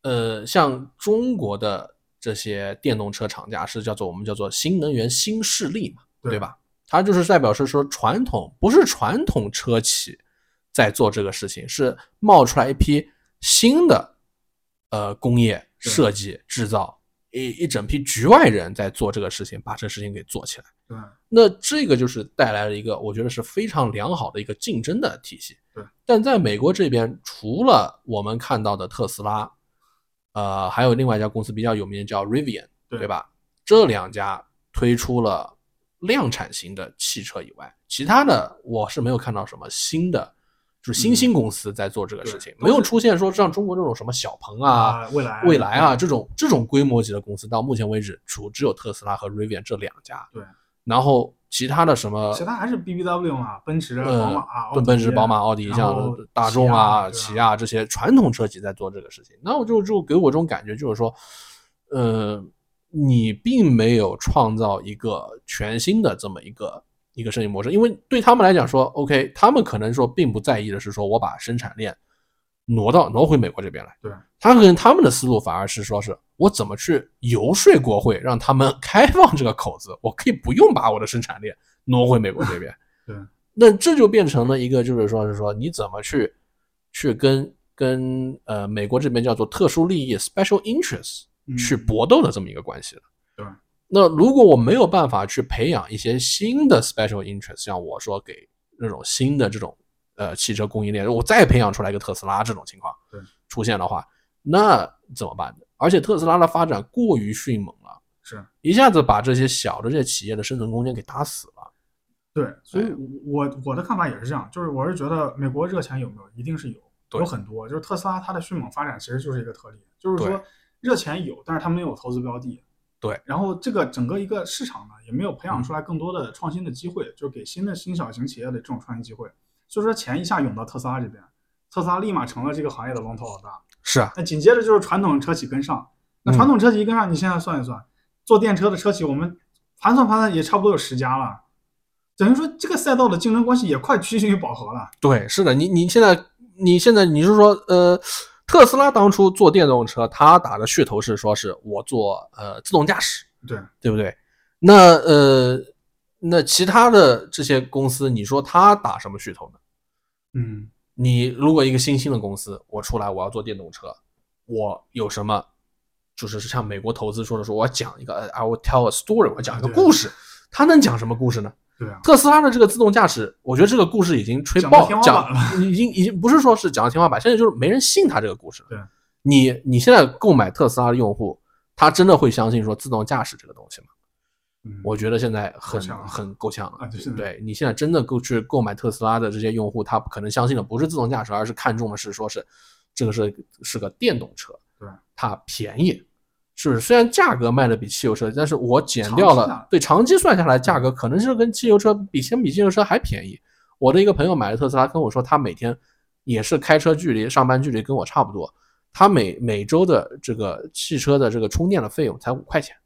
Speaker 1: 呃，像中国的这些电动车厂家是叫做我们叫做新能源新势力嘛，
Speaker 2: 对
Speaker 1: 对吧？它就是代表是说传统不是传统车企在做这个事情，是冒出来一批新的呃工业
Speaker 2: 对
Speaker 1: 设计制造一一整批局外人在做这个事情，把这个事情给做起来。
Speaker 2: 对，
Speaker 1: 那这个就是带来了一个我觉得是非常良好的一个竞争的体系。
Speaker 2: 对，
Speaker 1: 但在美国这边，除了我们看到的特斯拉，呃，还有另外一家公司比较有名的叫 Rivian，
Speaker 2: 对
Speaker 1: 对吧？这两家推出了量产型的汽车以外，其他的我是没有看到什么新的。就是新兴公司在做这个事情，
Speaker 2: 嗯对
Speaker 1: 没有出现说像中国这种什么小鹏啊、
Speaker 2: 啊，未来
Speaker 1: 蔚来啊，这种这种规模级的公司，到目前为止，除只有特斯拉和 Rivian 这两家。
Speaker 2: 对，
Speaker 1: 然后其他的什么
Speaker 2: 其他还是 B B W 嘛，奔驰、宝
Speaker 1: 呃
Speaker 2: 马、啊奥
Speaker 1: 奔
Speaker 2: 迪
Speaker 1: 奔驰、宝马、奥迪，
Speaker 2: 然
Speaker 1: 像
Speaker 2: 后
Speaker 1: 大众啊、
Speaker 2: 起
Speaker 1: 起
Speaker 2: 亚
Speaker 1: 亚这些传统车企在做这个事情。那我就就给我这种感觉，就是说，呃，你并没有创造一个全新的这么一个一个生意模式，因为对他们来讲说，OK，他们可能说并不在意的是说我把生产链挪到挪回美国这边来。
Speaker 2: 对，。
Speaker 1: 他可能他们的思路反而是说是我怎么去游说国会，让他们 开放这个口子，我可以不用把我的生产链挪回美国这边
Speaker 2: 对，
Speaker 1: 那这就变成了一个就是说是说你怎么去去跟跟呃美国这边叫做特殊利益 （special interest）
Speaker 2: 嗯
Speaker 1: 去搏斗的这么一个关系了。
Speaker 2: 对
Speaker 1: 那如果我没有办法去培养一些新的 special interest，像我说给那种新的这种呃汽车供应链，我再培养出来一个特斯拉这种情况
Speaker 2: 对
Speaker 1: 出现的话，那怎么办呢？而且特斯拉的发展过于迅猛了，
Speaker 2: 是
Speaker 1: 一下子把这些小的这些企业的生存空间给打死了。
Speaker 2: 对，所以
Speaker 1: 对
Speaker 2: 我我我的看法也是这样，就是我是觉得美国热钱有没有，一定是有，
Speaker 1: 对
Speaker 2: 有很多。就是特斯拉它的迅猛发展其实就是一个特例，就是说
Speaker 1: 对
Speaker 2: 热钱有，但是它没有投资标的。
Speaker 1: 对，嗯
Speaker 2: 然后这个整个一个市场呢，也没有培养出来更多的创新的机会，就是给新的新小型企业的这种创新机会。所以说钱一下涌到特斯拉这边，特斯拉立马成了这个行业的龙头老大。
Speaker 1: 是啊，
Speaker 2: 那紧接着就是传统车企跟上，那
Speaker 1: 嗯
Speaker 2: 传统车企一跟上，你现在算一算，做电车的车企，我们盘算盘算也差不多有十家了，等于说这个赛道的竞争关系也快趋近于饱和了。
Speaker 1: 对，是的，你你现在你现在你是说呃，特斯拉当初做电动车，它打的噱头是说是我做呃自动驾驶，
Speaker 2: 对，
Speaker 1: 对不对？那呃，那其他的这些公司，你说它打什么噱头呢？
Speaker 2: 嗯，
Speaker 1: 你如果一个新兴的公司，我出来我要做电动车，我有什么？就是像美国投资说的说，我要讲一个呃，I will tell a story，我要讲一个
Speaker 2: 对
Speaker 1: 故事。它能讲什么故事呢？
Speaker 2: 对啊，
Speaker 1: 特斯拉的这个自动驾驶，我觉得这个故事已经吹
Speaker 2: 讲到
Speaker 1: 爆
Speaker 2: 天花
Speaker 1: 讲
Speaker 2: 板了，
Speaker 1: 已经已经不是说是讲到天花板，现在就是没人信它这个故事了。
Speaker 2: 对，
Speaker 1: 你你现在购买特斯拉的用户，他真的会相信说自动驾驶这个东西吗？
Speaker 2: 嗯
Speaker 1: 我觉得现在很
Speaker 2: 够呛了
Speaker 1: 很够呛
Speaker 2: 啊
Speaker 1: 了。
Speaker 2: 就是
Speaker 1: 对你现在真的购去购买特斯拉的这些用户，他可能相信的不是自动驾驶，而是看中的是说是这个是是个电动车，
Speaker 2: 对，
Speaker 1: 它便宜，是不是？虽然价格卖的比汽油车，但是我减掉
Speaker 2: 长期
Speaker 1: 了
Speaker 2: 啊
Speaker 1: 对长期算下来价格，可能是跟汽油车比，先比汽油车还便宜。我的一个朋友买了特斯拉，跟我说他每天也是开车距离上班距离跟我差不多，他每每周的这个汽车的这个充电的费用才五块钱。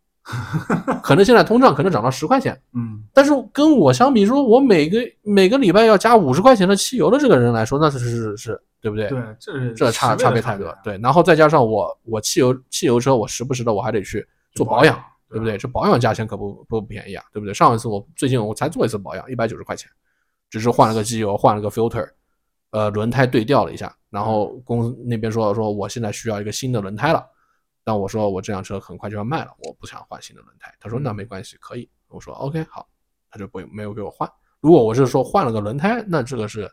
Speaker 1: 可能现在通胀可能涨到十块钱，
Speaker 2: 嗯，
Speaker 1: 但是跟我相比说，我每个每个礼拜要加五十块钱的汽油的这个人来说，那是是是是对不对？
Speaker 2: 对，这是
Speaker 1: 这差
Speaker 2: 差啊
Speaker 1: 差别太多。对，然后再加上我我汽油汽油车，我时不时的我还得去做保养，，对不啊对？？这保养价钱可不不便宜啊，对不对？上一次我最近我才做一次保养，一百九十块钱，只是换了个机油，换了个 filter，呃，轮胎对调了一下，然后公司那边说说我现在需要一个新的轮胎了，但我说我这辆车很快就要卖了，我不想换新的轮胎。他说
Speaker 2: 嗯
Speaker 1: 那没关系，可以。我说 OK 好，他就不没有给我换。如果我是说换了个轮胎，那这个是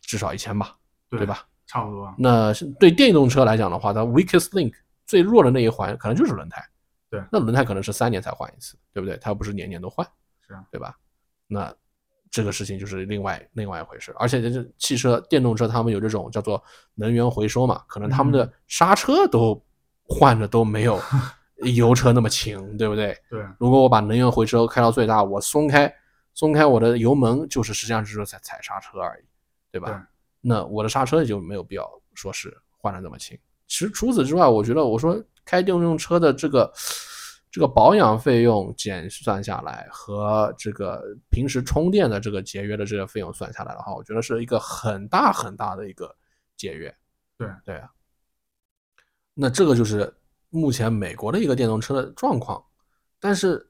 Speaker 1: 至少一千吧，对
Speaker 2: 对
Speaker 1: 吧？？
Speaker 2: 差不多，
Speaker 1: 那是对电动车来讲的话，它 weakest link 最弱的那一环可能就是轮胎。
Speaker 2: 对
Speaker 1: 那轮胎可能是三年才换一次，对不对？它又不是年年都换，
Speaker 2: 是啊
Speaker 1: 对吧？那这个事情就是另外另外一回事。而且就是汽车电动车，他们有这种叫做能源回收嘛，可能他们
Speaker 2: 嗯
Speaker 1: 的刹车都换的都 没有油车那么勤，对不对？
Speaker 2: 对，
Speaker 1: 如果我把能源回收开到最大，我松开松开我的油门，就是实际上只是踩踩刹车而已，对吧？
Speaker 2: 对
Speaker 1: 那我的刹车也就没有必要说是换的那么轻。其实除此之外，我觉得我说开电动车的这个这个保养费用减算下来和这个平时充电的这个节约的这个费用算下来的话，我觉得是一个很大很大的一个节约。
Speaker 2: 对
Speaker 1: 对啊，那这个就是目前美国的一个电动车的状况。但是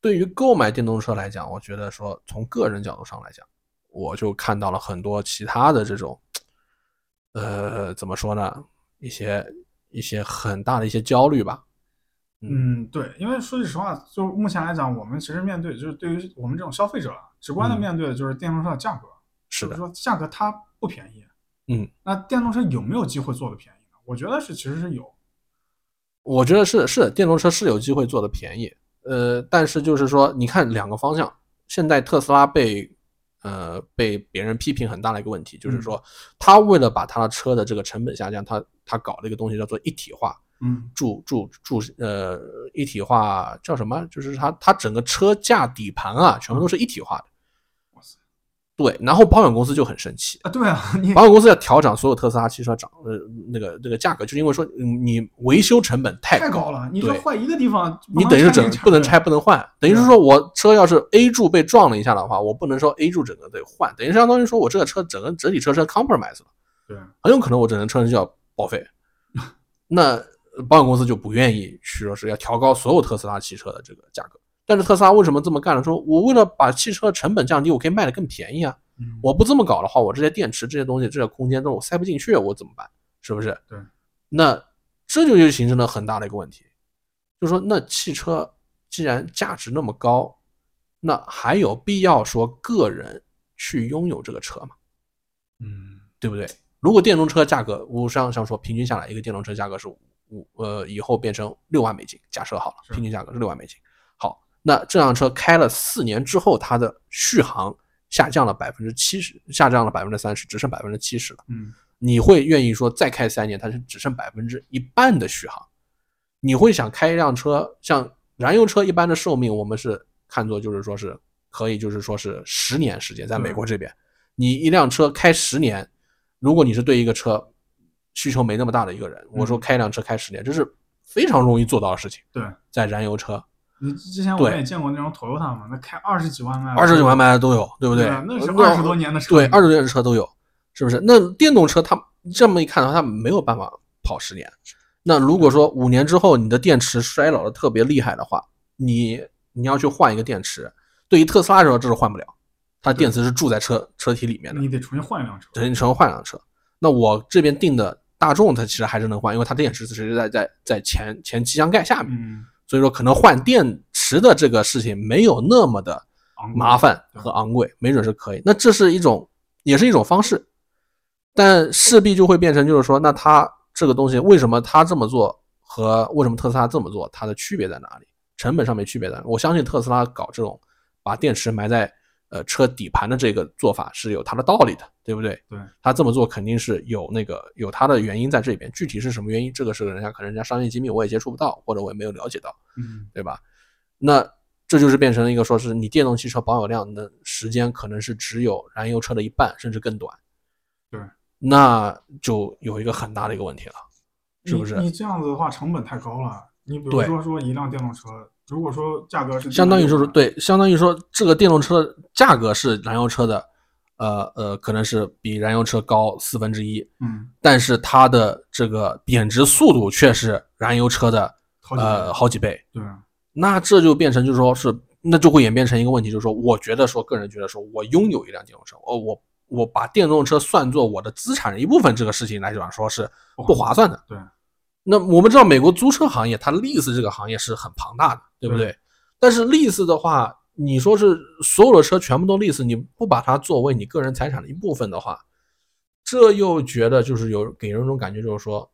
Speaker 1: 对于购买电动车来讲，我觉得说从个人角度上来讲，我就看到了很多其他的这种，呃，怎么说呢，一些一些很大的一些焦虑吧。
Speaker 2: 嗯，对，因为说句实话，就目前来讲，我们其实面对就是对于我们这种消费者，啊直观的
Speaker 1: 嗯
Speaker 2: 面对的就是电动车的价格，
Speaker 1: 是
Speaker 2: 就是
Speaker 1: 的，
Speaker 2: 说价格它不便宜。
Speaker 1: 嗯，
Speaker 2: 那电动车有没有机会做的便宜呢？我觉得是，其实是有。
Speaker 1: 我觉得是是电动车是有机会做的便宜，呃，但是就是说，你看两个方向，现在特斯拉被呃被别人批评很大的一个问题，就是说他为了把他的车的这个成本下降，他他搞了一个东西叫做一体化，
Speaker 2: 嗯，
Speaker 1: 注注注呃一体化叫什么？就是它它整个车架底盘啊，全部都是一体化的。
Speaker 2: 嗯哇塞
Speaker 1: 对，然后保险公司就很生气，
Speaker 2: 啊，对啊， 你
Speaker 1: 保险公司要调整所有特斯拉汽车涨呃那个那个价格，就是因为说嗯你维修成本太
Speaker 2: 太高
Speaker 1: 了，
Speaker 2: 了，你说
Speaker 1: 对
Speaker 2: 换一个地方，不
Speaker 1: 你
Speaker 2: 能
Speaker 1: 等于是
Speaker 2: 拆
Speaker 1: 整
Speaker 2: 那个
Speaker 1: 不能
Speaker 2: 厂
Speaker 1: 拆不能换，等于是
Speaker 2: 对啊
Speaker 1: 说我车要是 A 柱被撞了一下的话，我不能说 A 柱整个得换，等于相当于说我这个车整个整体车身 compromise 了。
Speaker 2: 对，
Speaker 1: 很有可能我整辆车就要报废。那保险公司就不愿意去说是要调高所有特斯拉汽车的这个价格。但是特斯拉为什么这么干呢？说我为了把汽车成本降低，我可以卖得更便宜啊！
Speaker 2: 嗯
Speaker 1: 我不这么搞的话，我这些电池、这些东西、这些空间都我塞不进去，我怎么办？是不是？
Speaker 2: 对。
Speaker 1: 那这就就形成了很大的一个问题，就是说，那汽车既然价值那么高，那还有必要说个人去拥有这个车吗？
Speaker 2: 嗯
Speaker 1: 对不对？如果电动车价格，我上上说平均下来，一个电动车价格是五五呃，以后变成六万美金，假设好了，
Speaker 2: 是
Speaker 1: 平均价格是六万美金。好，那这辆车开了四年之后，它的续航下降了百分之七十，下降了百分之三十，只剩百分之七十了。
Speaker 2: 嗯，
Speaker 1: 你会愿意说再开三年，它是只剩百分之一半的续航？你会想开一辆车，像燃油车一般的寿命，我们是看作就是说是可以，就是说是十年时间，在美
Speaker 2: 嗯
Speaker 1: 国这边，你一辆车开十年，如果你是对一个车需求没那么大的一个人，我说开一辆车开十年，这是非常容易做到的事情，
Speaker 2: 嗯对。
Speaker 1: 在燃油车
Speaker 2: 你之前我们
Speaker 1: 对
Speaker 2: 也见过那种 Toyota 嘛，那开二十几万迈，
Speaker 1: 二十九万迈的都有，对不呃对
Speaker 2: 啊
Speaker 1: 啊
Speaker 2: 对？啊那是二十多年的车，
Speaker 1: 对，二十多辆车都有，是不是？那电动车它这么一看的话，它没有办法跑十年。那如果说五年之后你的电池衰老的特别厉害的话，你你要去换一个电池，对于特斯拉来说这是换不了，它的电池是住在车车体里面的，
Speaker 2: 你得重新换一辆车。
Speaker 1: 等你成换辆车。那我这边定的大众它其实还是能换，因为它电池只是在在在前前机箱盖下面，
Speaker 2: 嗯，
Speaker 1: 所以说可能换电池的这个事情没有那么的
Speaker 2: 昂贵
Speaker 1: 麻烦和昂贵，没准是可以。那这是一种，也是一种方式，但势必就会变成就是说，那他这个东西为什么他这么做和为什么特斯拉这么做，它的区别在哪里？成本上面区别在哪里？我相信特斯拉搞这种把电池埋在呃车底盘的这个做法是有它的道理的，对不对？
Speaker 2: 对，
Speaker 1: 它这么做肯定是有那个有它的原因在这边，具体是什么原因，这个是人家可能人家商业机密我也接触不到，或者我也没有了解到，
Speaker 2: 嗯，
Speaker 1: 对吧？那这就是变成了一个说是你电动汽车保有量的时间可能是只有燃油车的一半，甚至更短。
Speaker 2: 对，
Speaker 1: 那就有一个很大的一个问题了，是不是
Speaker 2: 你？你这样子的话，成本太高了。你比如
Speaker 1: 对
Speaker 2: 说说一辆电动车，如果说价格是
Speaker 1: 相当于说是
Speaker 2: 160万，
Speaker 1: 对，相当于说这个电动车价格是燃油车的，呃呃，可能是比燃油车高四分之一，
Speaker 2: 嗯，
Speaker 1: 但是它的这个贬值速度却是燃油车的
Speaker 2: 好几倍
Speaker 1: 呃好几倍。
Speaker 2: 对，啊
Speaker 1: 那这就变成就是说是，那就会演变成一个问题，就是说，我觉得说，个人觉得说我拥有一辆电动车，哦，我我把电动车算作我的资产的一部分，这个事情来讲说是不划算的。
Speaker 2: 对。
Speaker 1: 那我们知道，美国租车行业它 lease 这个行业是很庞大的，对不对？但是 lease 的话，你说是所有的车全部都 lease，你不把它作为你个人财产的一部分的话，这又觉得就是有给人一种感觉，就是说，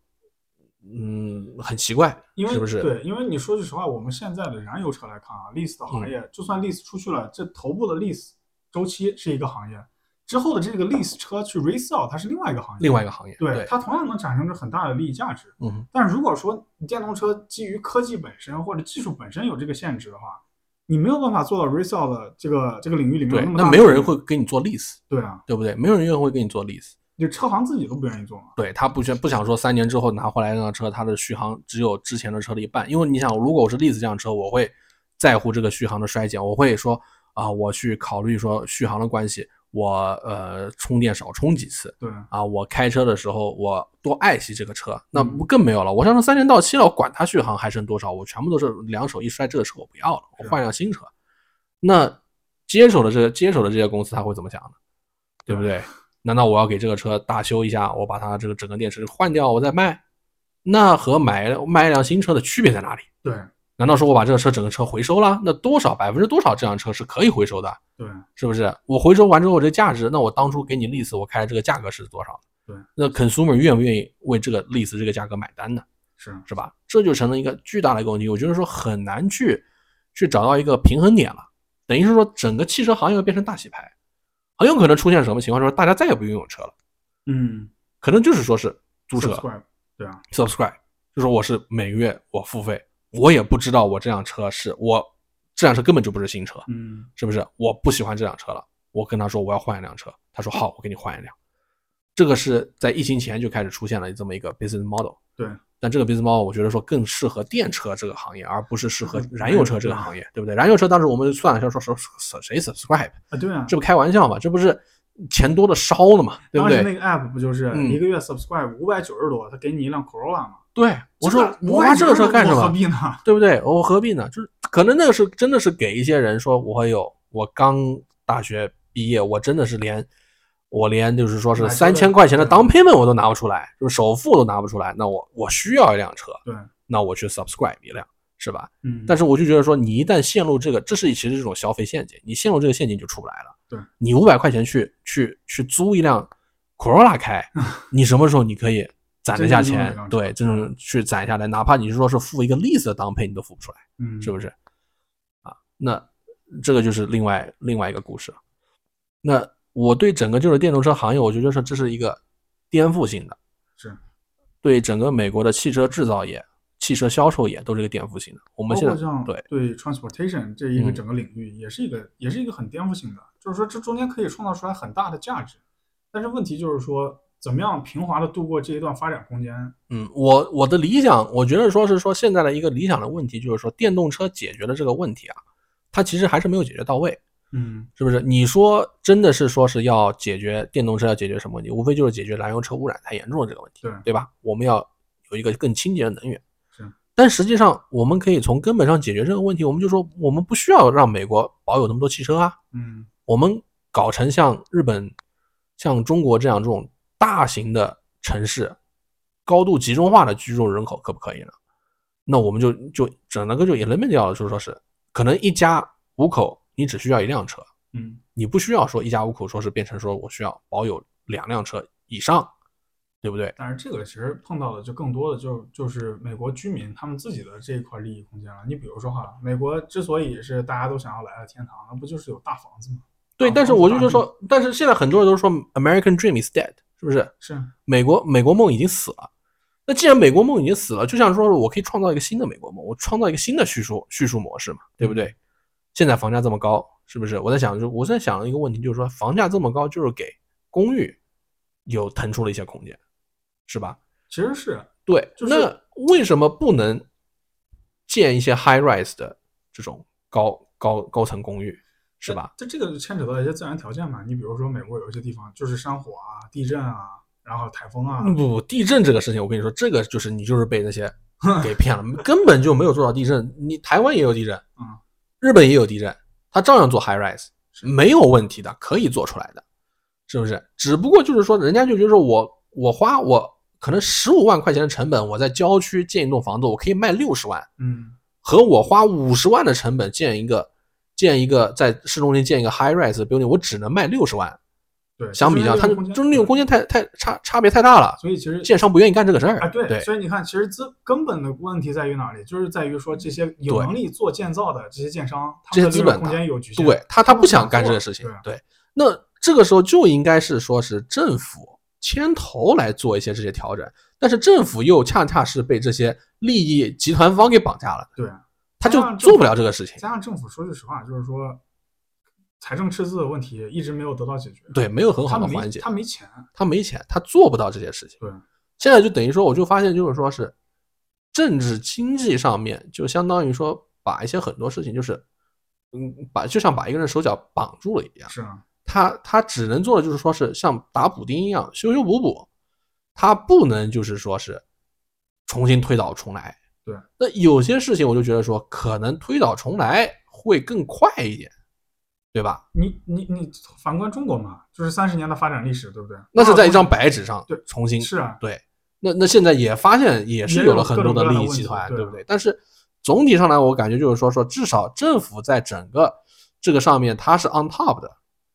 Speaker 1: 嗯，很奇怪，
Speaker 2: 因为
Speaker 1: 是不是？
Speaker 2: 对，因为你说句实话，我们现在的燃油车来看啊，lease 的行
Speaker 1: 嗯
Speaker 2: 业，就算 lease 出去了，这头部的 lease 周期是一个行业，之后的这个 lease 车去 resell 它是另外一个行业，
Speaker 1: 另外一个行业，
Speaker 2: 对它同样能产生着很大的利益价值。
Speaker 1: 嗯，
Speaker 2: 但如果说你电动车基于科技本身或者技术本身有这个限制的话，你没有办法做到 resell 的这个这个领域里面有
Speaker 1: 对，
Speaker 2: 么
Speaker 1: 那
Speaker 2: 大的
Speaker 1: 没有人会给你做 lease，
Speaker 2: 对啊，
Speaker 1: 对不对？没有人愿意会给你做 lease，
Speaker 2: 就车行自己都不愿意做嘛。
Speaker 1: 对他不想不想说三年之后拿回来那辆车，它的续航只有之前的车的一半，因为你想，如果我是 lease 这辆车，我会在乎这个续航的衰减，我会说啊，我去考虑说续航的关系，我呃充电少充几次。
Speaker 2: 对，
Speaker 1: 啊，我开车的时候我多爱惜这个车，那
Speaker 2: 嗯
Speaker 1: 不更没有了。我上车三年到期了，我管它续航还剩多少，我全部都是两手一摔，这个车我不要了，我换辆新车。那接手的这个接手的这些公司，他会怎么想呢？对不对？难道我要给这个车大修一下，我把它这个整个电池换掉，我再卖？那和买卖一辆新车的区别在哪里？
Speaker 2: 对，
Speaker 1: 难道说我把这个车整个车回收了？那多少百分之多少这辆车是可以回收的？
Speaker 2: 对，
Speaker 1: 是不是？我回收完之后，我这价值，那我当初给你 lease，我开的这个价格是多少？
Speaker 2: 对，
Speaker 1: 那 consumer 愿不愿意为这个 lease 这个价格买单呢？
Speaker 2: 是，
Speaker 1: 是吧？这就成了一个巨大的一个问题，我觉得说很难去去找到一个平衡点了。等于是说，整个汽车行业变成大洗牌，很有可能出现什么情况？就是大家再也不拥有车了，
Speaker 2: 嗯，
Speaker 1: 可能就是说是租车
Speaker 2: subscribe，对啊，
Speaker 1: subscribe，就说我是每个月我付费，我也不知道我这辆车是我这辆车根本就不是新车，
Speaker 2: 嗯，
Speaker 1: 是不是？我不喜欢这辆车了，我跟他说我要换一辆车，他说好，我给你换一辆。这个是在疫情前就开始出现了这么一个 business model，
Speaker 2: 对，
Speaker 1: 但这个 business model 我觉得说更适合电车这个行业，而不是适合燃油车这个行业，对不对？燃油车当时我们算了一下，说说说谁 subscribe，
Speaker 2: 啊，对啊，
Speaker 1: 这不开玩笑嘛，这不是钱多的烧了嘛，对不
Speaker 2: 当时
Speaker 1: 对？
Speaker 2: 那个 app 不就是
Speaker 1: 嗯
Speaker 2: 一个月 subscribe 五百九十多，他给你一辆 Corolla 嘛？
Speaker 1: 对，我说
Speaker 2: 这
Speaker 1: 我花这个车干什
Speaker 2: 我
Speaker 1: 么
Speaker 2: 何？必呢？
Speaker 1: 对不对？我何必呢？就是可能那个是真的是给一些人说，我有我刚大学毕业，我真的是连我连就是说是
Speaker 2: 买车
Speaker 1: 三
Speaker 2: 的
Speaker 1: 千块钱的
Speaker 2: 嗯
Speaker 1: down payment 我都拿不出来，就是首付都拿不出来，那我我需要一辆车，
Speaker 2: 对，
Speaker 1: 那我去 subscribe 一辆，是吧？
Speaker 2: 嗯，
Speaker 1: 但
Speaker 2: 是
Speaker 1: 是我就觉得说，你一旦陷入这个，这是其实是一种消费陷阱，你陷入这个陷阱就出不来了。
Speaker 2: 对，
Speaker 1: 你五百块钱去去去租一辆 Corolla 开，你什么时候你可以攒得下
Speaker 2: 真正
Speaker 1: 钱
Speaker 2: 用得？上
Speaker 1: 对，这
Speaker 2: 嗯
Speaker 1: 种去攒下来，哪怕你是说是付一个 lease 的当配，你都付不出来，
Speaker 2: 嗯，
Speaker 1: 是不是？啊，那这个就是另外另外一个故事。那我对整个就是电动车行业，我觉得说这是一个颠覆性的，
Speaker 2: 是
Speaker 1: 对整个美国的汽车制造业、汽车销售业都是一个颠覆性的。我
Speaker 2: 我
Speaker 1: 们现在
Speaker 2: 像
Speaker 1: 对
Speaker 2: 对 transportation 这一个
Speaker 1: 嗯
Speaker 2: 整个领域，也是一个也是一个很颠覆性的，就是说这中间可以创造出来很大的价值，但是问题就是说，怎么样平滑的度过这一段发展空间？
Speaker 1: 嗯，我我的理想，我觉得说是说现在的一个理想的问题，就是说电动车解决的这个问题啊，它其实还是没有解决到位，
Speaker 2: 嗯，
Speaker 1: 是不是？你说真的是说是要解决电动车要解决什么问题，无非就是解决燃油车污染太严重的这个问题，
Speaker 2: 对
Speaker 1: 对吧？我们要有一个更清洁的能源。
Speaker 2: 是，
Speaker 1: 但实际上我们可以从根本上解决这个问题，我们就说我们不需要让美国保有那么多汽车啊，
Speaker 2: 嗯，
Speaker 1: 我们搞成像日本、像中国这样这种大型的城市，高度集中化的居住人口，可不可以呢？那我们就就整个就 eliminate 掉了，就是说是可能一家五口你只需要一辆车，
Speaker 2: 嗯，
Speaker 1: 你不需要说一家五口说是变成说我需要保有两辆车以上，对不对？
Speaker 2: 但是这个其实碰到的就更多的就就是美国居民他们自己的这一块利益空间了。你比如说哈，美国之所以是大家都想要来的天堂，那不就是有大房子吗？
Speaker 1: 对，
Speaker 2: 大
Speaker 1: 但是
Speaker 2: 啊房子
Speaker 1: 我就
Speaker 2: 大
Speaker 1: 觉得
Speaker 2: 地
Speaker 1: 说，但是现在很多人都说 American Dream is dead，是不是？啊
Speaker 2: 是
Speaker 1: 美国美国梦已经死了。那既然美国梦已经死了，就像说是我可以创造一个新的美国梦，我创造一个新的叙述叙述模式嘛，对不
Speaker 2: 嗯
Speaker 1: 对？现在房价这么高，是不是？我在想，就我在想一个问题，就是说房价这么高，就是给公寓有腾出了一些空间，是吧？
Speaker 2: 其实是
Speaker 1: 对，
Speaker 2: 就是
Speaker 1: 那为什么不能建一些 high rise 的这种高高高层公寓，是吧？？
Speaker 2: 这这个就牵扯到一些自然条件嘛。你比如说美国有一些地方就是山火啊、地震啊，然后台风啊，
Speaker 1: 不嗯不不，地震这个事情，我跟你说，这个就是你就是被那 些给骗了，根本就没有做到地震。你台湾也有地震，
Speaker 2: 嗯，
Speaker 1: 日本也有地震，他照样做 high rise，
Speaker 2: 是
Speaker 1: 没有问题的，可以做出来的，是不是？只不过就是说，人家就觉得说我我花我可能十五万块钱的成本，我在郊区建一栋房子，我可以卖六十万，
Speaker 2: 嗯，
Speaker 1: 和我花五十万的成本建一个建一个在市中心建一个 high rise 的 building，我只能卖六十万，
Speaker 2: 对，
Speaker 1: 相比较，
Speaker 2: 就是
Speaker 1: 它就
Speaker 2: 利用空间
Speaker 1: 就是利用空间太太差差别太大了。
Speaker 2: 所以其实
Speaker 1: 建商不愿意干这个事儿
Speaker 2: 啊，对，
Speaker 1: 对
Speaker 2: 所以你看，其实资根本的问题在于哪里？就是在于说这些有
Speaker 1: 对
Speaker 2: 能力做建造的这些建商，他
Speaker 1: 这
Speaker 2: 们
Speaker 1: 些资
Speaker 2: 的利润
Speaker 1: 本
Speaker 2: 空
Speaker 1: 的
Speaker 2: 间有局限。
Speaker 1: 对他，他
Speaker 2: 们
Speaker 1: 不想干
Speaker 2: 做
Speaker 1: 这个事情
Speaker 2: 对。
Speaker 1: 对，那这个时候就应该是说是政府牵头来做一些这些调整，但是政府又恰恰是被这些利益集团方给绑架了，
Speaker 2: 对，
Speaker 1: 他就
Speaker 2: 加上政
Speaker 1: 做不
Speaker 2: 府
Speaker 1: 了这个事情。
Speaker 2: 加上政府说句实话，就是说财政赤字的问题一直没有得到解决，
Speaker 1: 对，没有很
Speaker 2: 他
Speaker 1: 好的
Speaker 2: 没
Speaker 1: 缓解
Speaker 2: 他，没钱。
Speaker 1: 他没钱，他做不到这些事情。
Speaker 2: 对，
Speaker 1: 现在就等于说，我就发现就是说是政治经济上面，就相当于说把一些很多事情就是，嗯，把就像把一个人手脚绑住了一样。
Speaker 2: 是啊，
Speaker 1: 他他只能做的就是说是像打补丁一样修修补补，他不能就是说是重新推倒重来。
Speaker 2: 对，
Speaker 1: 那有些事情我就觉得说可能推倒重来会更快一点，对吧？
Speaker 2: 你你你反观中国嘛，就是三十年的发展历史，对不对？
Speaker 1: 那是在一张白纸上
Speaker 2: 对
Speaker 1: 重新
Speaker 2: 是啊，
Speaker 1: 对，那那现在也发现也是
Speaker 2: 也
Speaker 1: 有
Speaker 2: 有
Speaker 1: 了很
Speaker 2: 各
Speaker 1: 多
Speaker 2: 种各样
Speaker 1: 利
Speaker 2: 的
Speaker 1: 益
Speaker 2: 问
Speaker 1: 集
Speaker 2: 题
Speaker 1: 团，
Speaker 2: 对
Speaker 1: 对不
Speaker 2: 啊
Speaker 1: 对？但是总体上来，我感觉就是说说至少政府在整个这个上面它是 on top 的，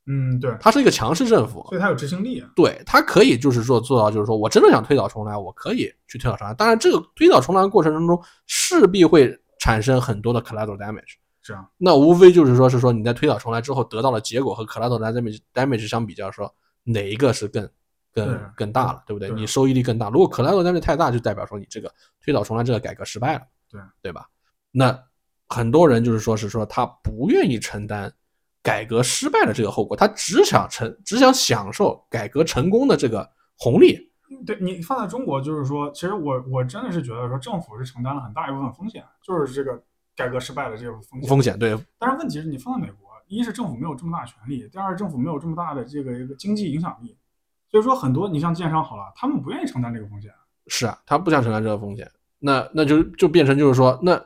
Speaker 2: 嗯，对，
Speaker 1: 它是一个强势政府，
Speaker 2: 所以它有执行力啊。
Speaker 1: 对他可以就是说做到，就是说我真的想推倒重来，我可以去推倒重来。当然，这个推倒重来的过程当中势必会产生很多的 collateral damage。
Speaker 2: 是啊，
Speaker 1: 那无非就是说是说你在推倒重来之后得到的结果和 collateral damage damage 相比较说，哪一个是更
Speaker 2: 对
Speaker 1: 更更大了，对不对？
Speaker 2: 对
Speaker 1: 你收益率更大。如果 collateral damage 太大，就代表说你这个推倒重来这个改革失败了，
Speaker 2: 对
Speaker 1: 对吧？那很多人就是说是说他不愿意承担改革失败的这个后果，他只想成只想享受改革成功的这个红利。
Speaker 2: 对你放在中国，就是说，其实我我真的是觉得说，政府是承担了很大一部分风险，就是这个改革失败的这个风险。
Speaker 1: 风险对
Speaker 2: 但是问题是你放在美国，一是政府没有这么大的权力，第二政府没有这么大的这个一个经济影响力，所以说很多你像建商好了，他们不愿意承担这个风险。
Speaker 1: 是啊，他不想承担这个风险，那那就就变成就是说，那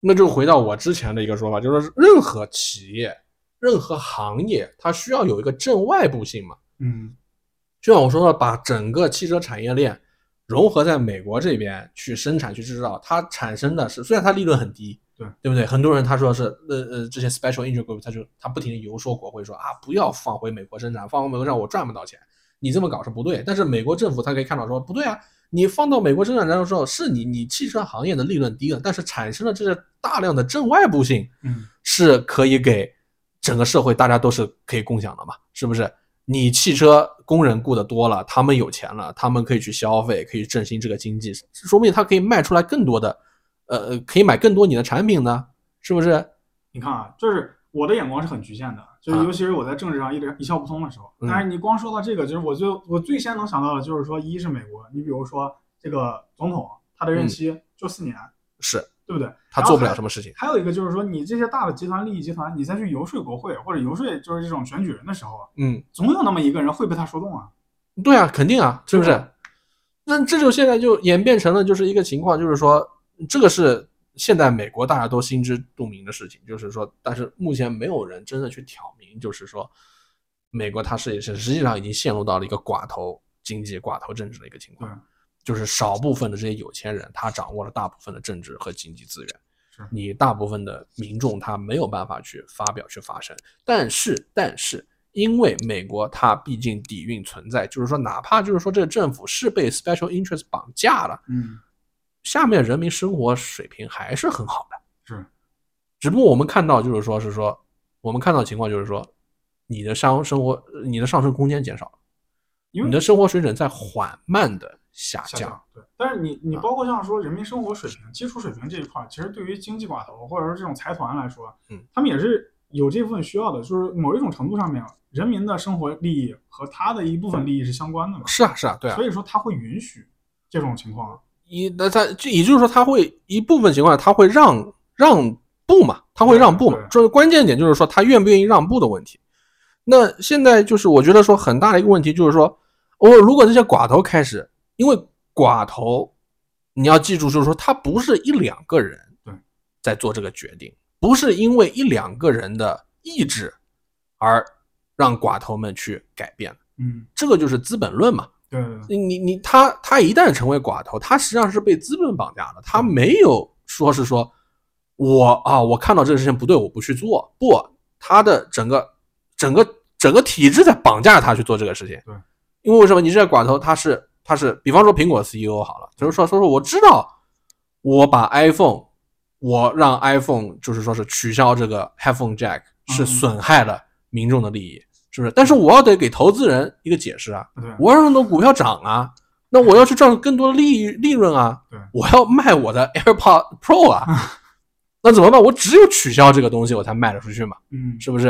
Speaker 1: 那就回到我之前的一个说法，就是说任何企业、任何行业，它需要有一个正外部性嘛。
Speaker 2: 嗯，
Speaker 1: 就像我说的，把整个汽车产业链融合在美国这边去生产、去制造，它产生的是虽然它利润很低，
Speaker 2: 对
Speaker 1: 对不对？很多人他说是呃呃，这些 special interest group，他就他不停的游说国会说啊，不要放回美国生产，放回美国生产我赚不到钱，你这么搞是不对。但是美国政府他可以看到说不对啊，你放到美国生产的时候，是你你汽车行业的利润低了，但是产生了这些大量的正外部性，
Speaker 2: 嗯，
Speaker 1: 是可以给整个社会大家都是可以共享的嘛，是不是？你汽车工人雇的多了，他们有钱了，他们可以去消费，可以振兴这个经济，说明他可以卖出来更多的，呃，呃可以买更多你的产品呢，是不是？
Speaker 2: 你看啊，就是我的眼光是很局限的，就是尤其是我在政治上一直一窍不通的时候。
Speaker 1: 啊嗯
Speaker 2: 但是你光说到这个，就是我最我最先能想到的就是说，一是美国，你比如说这个总统他的任期就四年，
Speaker 1: 是
Speaker 2: 对不对？
Speaker 1: 嗯他做不了
Speaker 2: 么。
Speaker 1: 什么事情，
Speaker 2: 还有一个就是说，你这些大的集团利益集团，你再去游说国会或者游说就是这种选举人的时候，
Speaker 1: 嗯，
Speaker 2: 总有那么一个人会被他说动啊。
Speaker 1: 对啊，肯定啊，是不
Speaker 2: 对
Speaker 1: 是？那这就现在就演变成了就是一个情况，就是说这个是现在美国大家都心知肚明的事情，就是说，但是目前没有人真的去挑明，就是说美国它是也是实际上已经陷入到了一个寡头经济、寡头政治的一个情况
Speaker 2: 对，
Speaker 1: 就是少部分的这些有钱人他掌握了大部分的政治和经济资源
Speaker 2: 是。
Speaker 1: 你大部分的民众他没有办法去发表去发声，但是但是因为美国它毕竟底蕴存在，就是说哪怕就是说这个政府是被 special interest 绑架了，
Speaker 2: 嗯，
Speaker 1: 下面人民生活水平还是很好的。
Speaker 2: 是，
Speaker 1: 只不过我们看到就是说是说我们看到的情况就是说你的上生活你的上升空间减少了，
Speaker 2: 因
Speaker 1: 你
Speaker 2: 为
Speaker 1: 的生活水准在缓慢的下
Speaker 2: 下
Speaker 1: 降。
Speaker 2: 降。对，但是你你
Speaker 1: 啊
Speaker 2: 包括像说人民生活水平、基础水平这一块儿，其实对于经济寡头或者说这种财团来说，
Speaker 1: 嗯，
Speaker 2: 他们也是有这部分需要的，就是某一种程度上面，人民的生活利益和他的一部分利益是相关的嘛，
Speaker 1: 是啊，是啊，对啊
Speaker 2: 所。以说他会允许这种情况。
Speaker 1: 一那他就也就是说，他会一部分情况下他会让让步嘛，他会让步嘛
Speaker 2: 对。
Speaker 1: 这关键点就是说他愿不愿意让步的问题。那现在就是我觉得说很大的一个问题就是说，我、如果这些寡头开始，因为寡头你要记住，就是说他不是一两个人
Speaker 2: 对
Speaker 1: 在做这个决定，不是因为一两个人的意志而让寡头们去改变，
Speaker 2: 嗯，
Speaker 1: 这个就是《资本论》嘛。
Speaker 2: 对对
Speaker 1: 你
Speaker 2: 对，
Speaker 1: 你你，他他一旦成为寡头，他实际上是被资本绑架了。他
Speaker 2: 嗯
Speaker 1: 没有说是说，我啊，我看到这个事情不对，我不去做。不，他的整个整个整个体制在绑架他去做这个事情。
Speaker 2: 对，
Speaker 1: 因为为什么？你这个寡头他是他是，比方说苹果 CEO 好了，就是说说说我知道，我把 iPhone，我让 iPhone 就是说是取消这个 headphone jack 是
Speaker 2: 嗯
Speaker 1: 损害了民众的利益，是不是？但是我要得给投资人一个解释啊。
Speaker 2: 对啊，
Speaker 1: 我要让的股票涨啊，那我要去赚更多的利利润啊
Speaker 2: 对，
Speaker 1: 我要卖我的 AirPod Pro 啊，那怎么办？我只有取消这个东西，我才卖得出去嘛，
Speaker 2: 嗯，
Speaker 1: 是不是？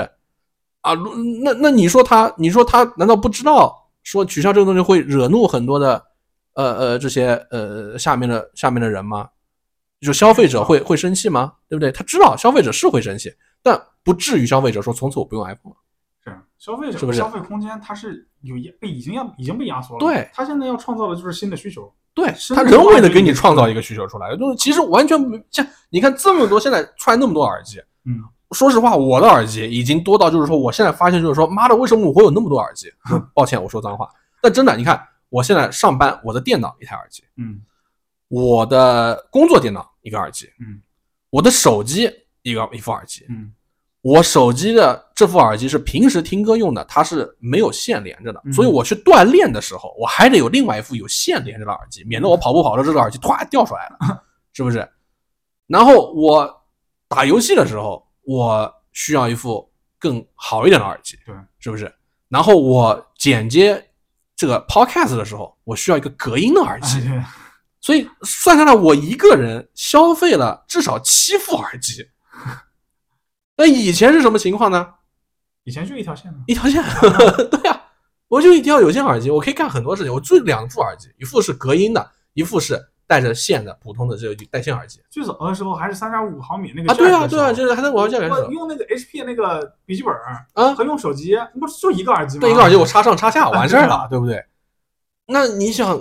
Speaker 1: 啊，如那那你说他，你说他难道不知道说取消这个东西会惹怒很多的呃呃这些呃下面的下面的人吗？就消费者会会生气吗？对不对？他知道消费者是会生气，但不至于消费者说从此我不用 iPhone 了。
Speaker 2: 是消费者
Speaker 1: 是不是
Speaker 2: 消费空间它是有压被已经要已经被压缩了，
Speaker 1: 对，
Speaker 2: 他现在要创造的就是新的需求，
Speaker 1: 对
Speaker 2: 是
Speaker 1: 他
Speaker 2: 那
Speaker 1: 人
Speaker 2: 种
Speaker 1: 为的
Speaker 2: 感
Speaker 1: 给
Speaker 2: 觉
Speaker 1: 你创造一个需求出来，就是其实完全不像你看这么多现在出来那么多耳机，
Speaker 2: 嗯，
Speaker 1: 说实话，我的耳机已经多到就是说，我现在发现就是说，妈的，为什么我会有那么多耳机？ 抱歉，我说脏话，但真的，你看我现在上班，我的电脑一台耳机，
Speaker 2: 嗯
Speaker 1: 我的工作电脑一个耳机，
Speaker 2: 嗯，
Speaker 1: 我的手机一个一副耳机，
Speaker 2: 嗯
Speaker 1: 我手机的这副耳机是平时听歌用的，它是没有线连着的，
Speaker 2: 嗯
Speaker 1: 所以我去锻炼的时候，我还得有另外一副有线连着的耳机，免得我跑步跑着这个耳机突掉出来 了，是不是？然后我打游戏的时候，我需要一副更好一点的耳机，
Speaker 2: 对，
Speaker 1: 是不是？然后我剪接这个 podcast 的时候，我需要一个隔音的耳
Speaker 2: 哎
Speaker 1: 机，
Speaker 2: 对，
Speaker 1: 所以算下来，我一个人消费了至少七副耳机。那以前是什么情况呢？
Speaker 2: 以前就一条线嘛，
Speaker 1: 一条 线，对啊，我就一条有线耳机，我可以干很多事情。我就两副耳机，一副是隔音的，一副是带着线的普通的这个带线耳机。
Speaker 2: 最早的时候还是三点五毫米那个
Speaker 1: 啊，对
Speaker 2: jack
Speaker 1: 啊，
Speaker 2: 的时
Speaker 1: 对
Speaker 2: 候
Speaker 1: 啊，就是还能玩
Speaker 2: 我
Speaker 1: 下来的时候
Speaker 2: 用那个 HP 那个笔记本儿
Speaker 1: 啊，
Speaker 2: 和用手机，不是就一个耳机吗？
Speaker 1: 对一个耳机我插上插下完事儿了
Speaker 2: 啊，
Speaker 1: 对不对？啊那你想，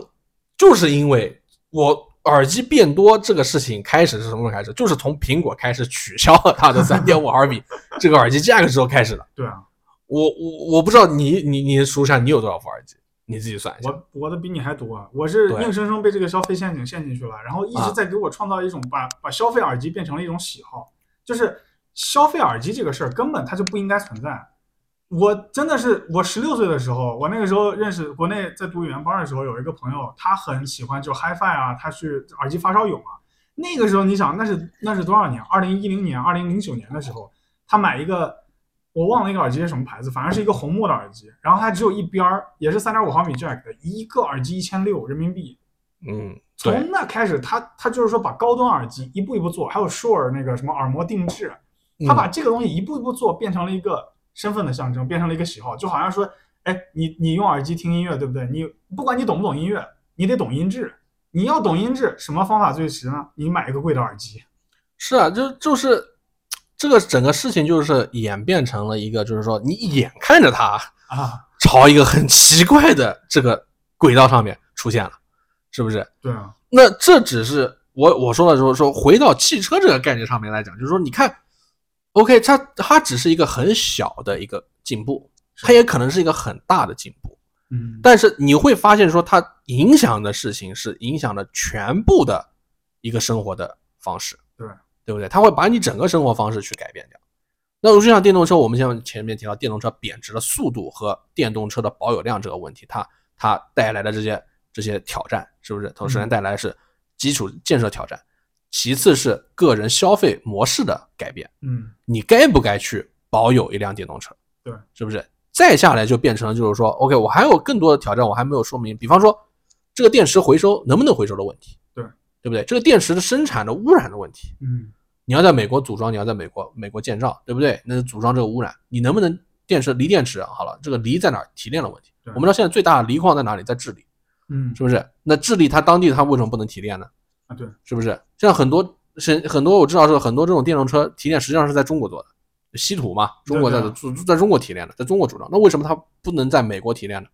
Speaker 1: 就是因为我耳机变多这个事情开始是什么时候开始？就是从苹果开始取消了它的三点五 毫米这个耳机价格之后开始的。
Speaker 2: 对啊，
Speaker 1: 我我我不知道你你你数一下你有多少副耳机，你自己算一下。
Speaker 2: 我我的比你还多，啊我是
Speaker 1: 对
Speaker 2: 硬生生被这个消费陷阱陷进去了，然后一
Speaker 1: 啊
Speaker 2: 直在给我创造一种把把消费耳机变成了一种喜好，就是消费耳机这个事儿根本它就不应该存在。我真的是我十六岁的时候，我那个时候认识国内在读语言班的时候，有一个朋友，他很喜欢就 HiFi 啊，他去耳机发烧友啊。那个时候你想，那是那是多少年？二零一零年、二零零九年的时候，他买一个，我忘了那个耳机是什么牌子，反正是一个红木的耳机，然后它只有一边儿，也是三点五毫米 jack 的，一个耳机一千六人民币。
Speaker 1: 嗯，对
Speaker 2: 从那开始，他他就是说把高端耳机一步一步做，还有 Shure 那个什么耳膜定制，
Speaker 1: 嗯
Speaker 2: 他把这个东西一步一步做，变成了一个身份的象征，变成了一个喜好，就好像说，哎，你你用耳机听音乐，对不对？你不管你懂不懂音乐，你得懂音质。你要懂音质，什么方法最实呢？你买一个贵的耳机。
Speaker 1: 是啊，就就是这个整个事情就是演变成了一个，就是说你眼看着它
Speaker 2: 啊，
Speaker 1: 朝一个很奇怪的这个轨道上面出现了，是不是？
Speaker 2: 对啊，
Speaker 1: 那这只是我我说了说说回到汽车这个概念上面来讲，就是说你看，OK，它它只是一个很小的一个进步，它也可能是一个很大的进步，
Speaker 2: 嗯，
Speaker 1: 但是你会发现说它影响的事情是影响了全部的一个生活的方式，
Speaker 2: 对
Speaker 1: 对不对？它会把你整个生活方式去改变掉。那就像电动车，我们像前面提到电动车贬值的速度和电动车的保有量这个问题，它它带来的这些这些挑战，是不是？它
Speaker 2: 嗯
Speaker 1: 首先带来的是基础建设挑战，其次是个人消费模式的改变。
Speaker 2: 嗯，
Speaker 1: 你该不该去保有一辆电动车？
Speaker 2: 对，
Speaker 1: 是不是？再下来就变成了就是说，OK，我还有更多的挑战，我还没有说明。比方说，这个电池回收能不能回收的问题，
Speaker 2: 对
Speaker 1: 对不对？这个电池的生产的污染的问题，
Speaker 2: 嗯，
Speaker 1: 你要在美国组装，你要在美国美国建造，对不对？那组装这个污染，你能不能电池锂电池啊好了，这个锂在哪儿提炼的问题？
Speaker 2: 对
Speaker 1: 我们知道现在最大的锂矿在哪里？在智利，
Speaker 2: 嗯
Speaker 1: 是不是？那智利它当地它为什么不能提炼呢？
Speaker 2: 啊，对，
Speaker 1: 是不是？像很多是很多我知道是很多这种电动车提炼实际上是在中国做的，稀土嘛，中国在
Speaker 2: 对
Speaker 1: 在在中国提炼的，在中国主张。那为什么它不能在美国提炼呢？